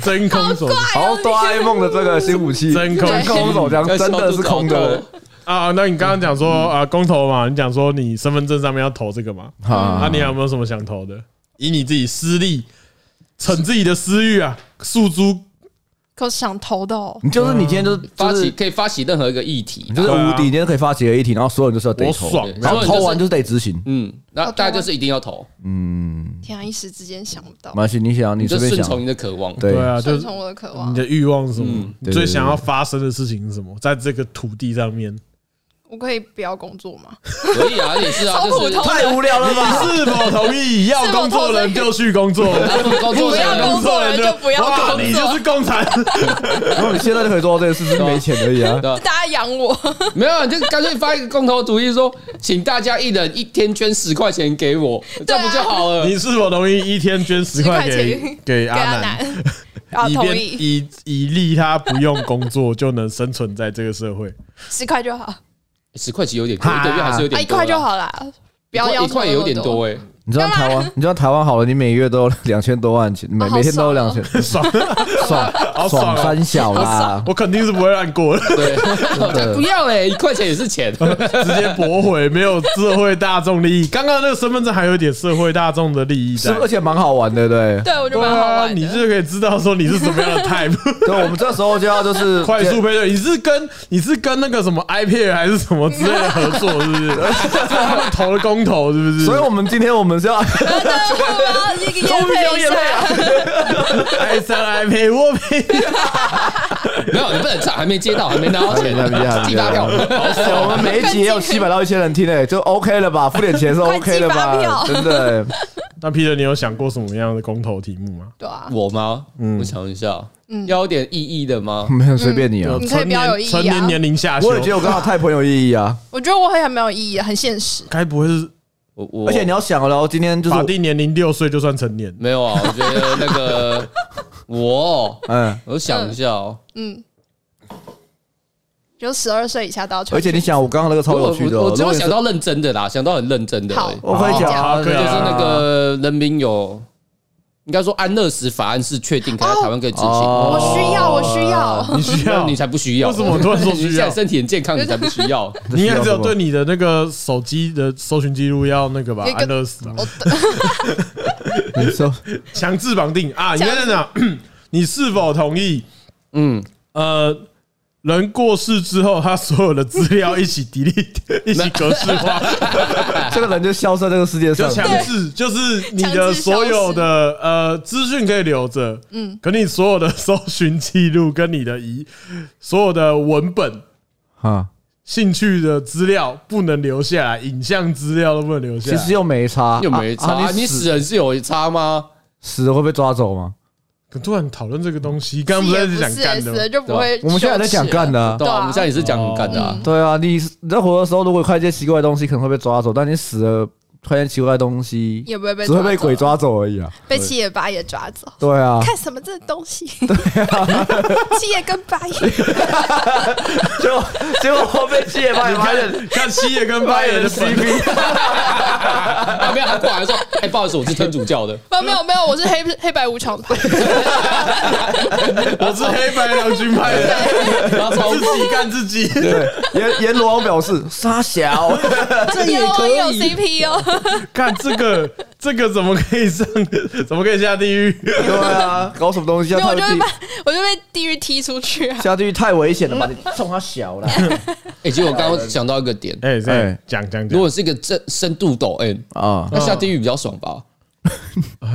真空手枪
然后哆
哎
啦 A 梦的这个新武器，
真空
真空手枪 真的是空的。
啊！那你刚刚讲
嗯
说啊，公投嘛，你讲说你身份证上面要投这个嘛？
啊
啊，你有没有什么想投的？以你自己私利，逞自己的私欲啊，诉诸
可想投的哦。
你就是你今天就是
发
就是
起可以发起任何一个议题
你。就是无敌，你今天可以发起个议题，然后所有人就是要得
我
投，
爽，
然后投完就是得执行。
嗯，那
哦
大家就是一定要投，
天啊，一时之间想不到
没，关系，你想你
你就
随便
顺从
想，
你的渴望。
对
对啊，就
顺
是
从我的渴
你
望。
的欲望是什么？你
对
最
对
想
对
要发生的事情是什么？在这个土地上面，
我可以不要工作吗？
可以啊，也是啊，
超
就
普
是
通
太无聊了吧？
你是否同 意？要工作人就去工作，
他们工作
不要
人
工作人就不要工作
哇你就是共产。
然后你现在就可以做到这件事，只是没钱而已啊。
对啊
大家养我，
没有，啊你就干脆发一个公投主意，说请大家一人一天捐十块钱给我，
啊
这样不就好 了？
你是否同意一天捐十块
10
给
块钱
给
给阿
阿南，
南，然后
以
同
便
意
以以利他不用工作就能生存在这个社会？
十块就好，啊
十块钱有点多，一个月还是有点多啦
一块就，好啦，不要要
一
求
块
那
也
么
有点多哎、
你知道台湾，你知道台湾好了，你每月都有两千多万钱，
哦
每
好
啊
每天都有两
爽
千，
爽，
爽
好爽
爽
哦！
三小啦，
我肯定是不会让过的，
对，不要
欸
哎、欸 一块钱也 是钱，
直接驳回，没有社会大众利益。刚刚那个身份证还有一点社会大众的利益
是
在
不是，而。且蛮好玩的，对。
对我
对
就蛮好
啊，
玩
你
的。
就可以知道说你是什么样的 type，
对，我们这时候就要就是
快速配对。你是跟你是跟那个什么 iPad 还是什么之类的合作，是不是？是他们投的公投，是不是？
所以我们今天我 们是要
对， 我要一个
终于要
夜
业配啊
配一下，
爱上 iPad，我配。
没有，你不能涨，还没接到，还没拿到 钱，
哎
寄发票，
我们每一集也有七百到一千人听诶、就 OK 了吧？付点钱是 OK 了
快寄发
吧？
票
真的、
那 Peter，你有想过什么样的公投题目吗？
对啊，
我吗？
嗯
我想一下，
嗯
要有点意义的吗？
没有随便你啊。
嗯
有
你可以
成
不要
年
有异议啊
成年年龄下修
我，也觉得我跟他太朋友意义啊，
我觉得我很没有意义，很现实。
该不会是
我我
而且你要想哦，今天就
法
是
定年龄六岁就算成 年？
没有啊？我觉得那 个我，
嗯，
我想一下哦，
嗯，就十二岁以下都要穿
而
裙子。
且你想，我刚刚那个超有趣的哦，
我我只
如
有
果你
想
是，
到认真的啦，想到很认真的而已。
好
我可以讲
好
啊，
可以
就
啊
是那个人民有，应该说安乐死法案是确定可以在台湾可以执行，
哦
我需要，我需要。
你需
那
要
你才不需要。
为什么我突然说需要
你现在身体很健康，你才不 需要。
你应该只有
这需要什么
对你的那个手机的搜寻记录要那个吧
有一，个
安乐死啊，
我
你说
强制绑定啊！应该在哪？ 你是否同意？
嗯，
呃，人过世之后，他所有的资料一起 delete，一 起格式化，
这个人 就消失在这个世界
就
上，
强制，就是你的所有的呃资讯可以留着，嗯，可你所有的搜寻记录跟你的遗，所有的文本。
啊，
兴趣的资料不能留下来，影像资料都不能留下
其
来。
实又没差，
又没
啊
差，
啊
你
你
死人是有差吗？
死了会被抓走吗？
可突然讨论这个东西，刚刚不
也
是
不
在讲
是
干
死
的
了
吗？
就不会。
我们现在在讲干的，啊，
对
对
啊，
啊
我们现在也是讲很干的啊
嗯。
对啊，你你在活的时候，如果看一些奇怪的东西，可能会被抓走，但你死了，看见奇怪的东西，
也不会被
只会被
走
鬼，抓走而已啊。
被七爷八爷抓走。
对啊，
看什么这东 西？七爷跟八爷，
结果结果我被七爷八
你
爷发现，
看看七爷跟八爷的粉
CP，
嗯
啊，没有，他过来说，哎，不好意思，我是天主 教的。
没有没有没有，我是黑黑白无 常派，
我是黑白两军派的，
然后超
自己干自己。
对，阎阎罗王表示沙小，
这也我有 CP 哦。
看这个，这个怎么可以上？怎么可以下地狱？
对啊，搞什么东西
因
啊？
为我就
下
会
地
把我就被地狱踢出去啊！
下地狱太危险了吧？你冲 他小了，
哎，其实我刚刚想到一个点，
哎，嗯
哎
哎，讲讲
如
讲，
果是一个深深度抖 M，
啊，
那下地狱比较爽吧？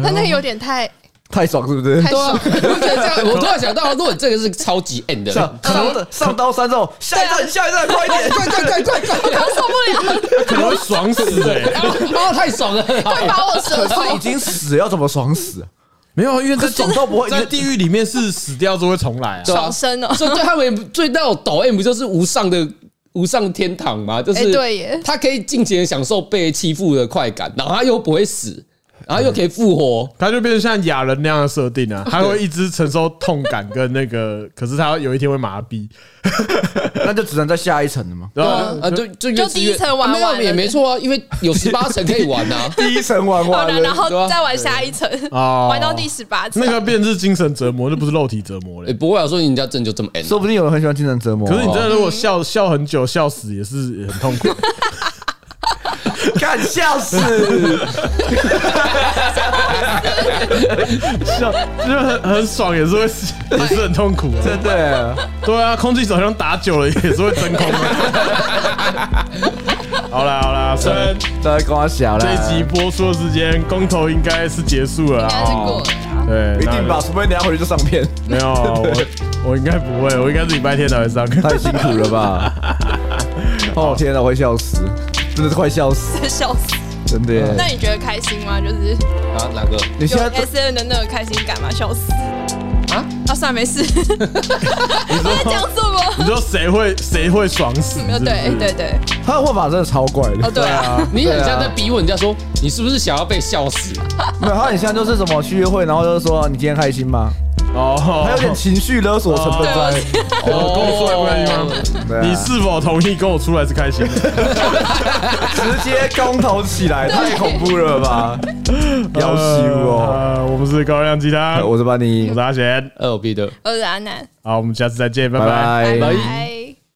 但那个有点太
太爽是不是
太？
对啊
爽，，
我觉得这样，我突然想到，如果这个是超级 N 的，
啊
上上上刀山之后，下一站下一站快一点，
快快快快快！
我受不了，
可能会爽死 哎。
啊，太爽了！
快把我折
可是
寿！
已 经死了要怎么爽死啊？
没有，因为
可
这
是爽到不会
在地狱里面是死掉就会重来啊。
对啊
爽身哦
所以对他们最大的抖 M 不就是无上的无上天堂吗？就
哎
是
对耶
他可以尽情的享受被欺负的快感，然后他又不会死，然后又可以复活。
他就变成像亚人那样的设定 啊，他会一直承受痛感跟那个，可是他有一天会麻痹，
那就只能在下一层了吗？。
然后
啊，就就
嗯就第一层玩
没有
完了
也没错啊，因为有十八层可以玩啊
第一层玩
好
完
了，然
了，
后
对啊
再玩下一层，
哦
玩到第十八 层
那。个便是精神折磨，那不是肉体折磨
也
哎
嘞。
不会啊，说人家真的就这么 N，
说不定有人很喜欢精神折磨。
可是你真的如果笑笑很久，笑死也是很 痛苦。
看笑死，
笑就是很很爽，也是会也是很痛苦啊。
真的
对啊，空气手枪打久了也是会真空的。好啦好啦，虽然
大家跟我小了。
这一集播出的时间，公投应该是结束了
应该是过
啊
了。
对，
一定吧，除非等一下回去就上片，
那？没有，我我应该不会，我应该是礼拜天才会上。
太辛苦了吧？ 哦天哪，我会笑死，真的是快笑死，
真笑死！
真的耶。
那你觉得开心吗？就是
啊哪个？
你
有
现在
S N 的那个开心感吗？笑死！
啊
啊啊，算了，没事。我在讲什
你
么？
说谁会谁会爽死？
没有，
是
对
不是
对对，
他的问法真的超怪的
哦，对啊，
你很像
对
在
啊
逼问人家说，你是不是想要被笑死？
没有，他很像就是什么去约会，然后就是说你今天开心吗？
哦，
他有点情绪勒索成分在。
哦，跟我出来不开心吗？
对啊
你是否同意跟我出来是开心的？
直接公投起来，太恐怖了 吧？要羞哦！
呃，我们是高热量鸡汤，我
我是班尼
是，阿贤，
哎二逼的。
我是阿南，
好，我们下次再见，拜
拜
拜。
拜
拜。
拜。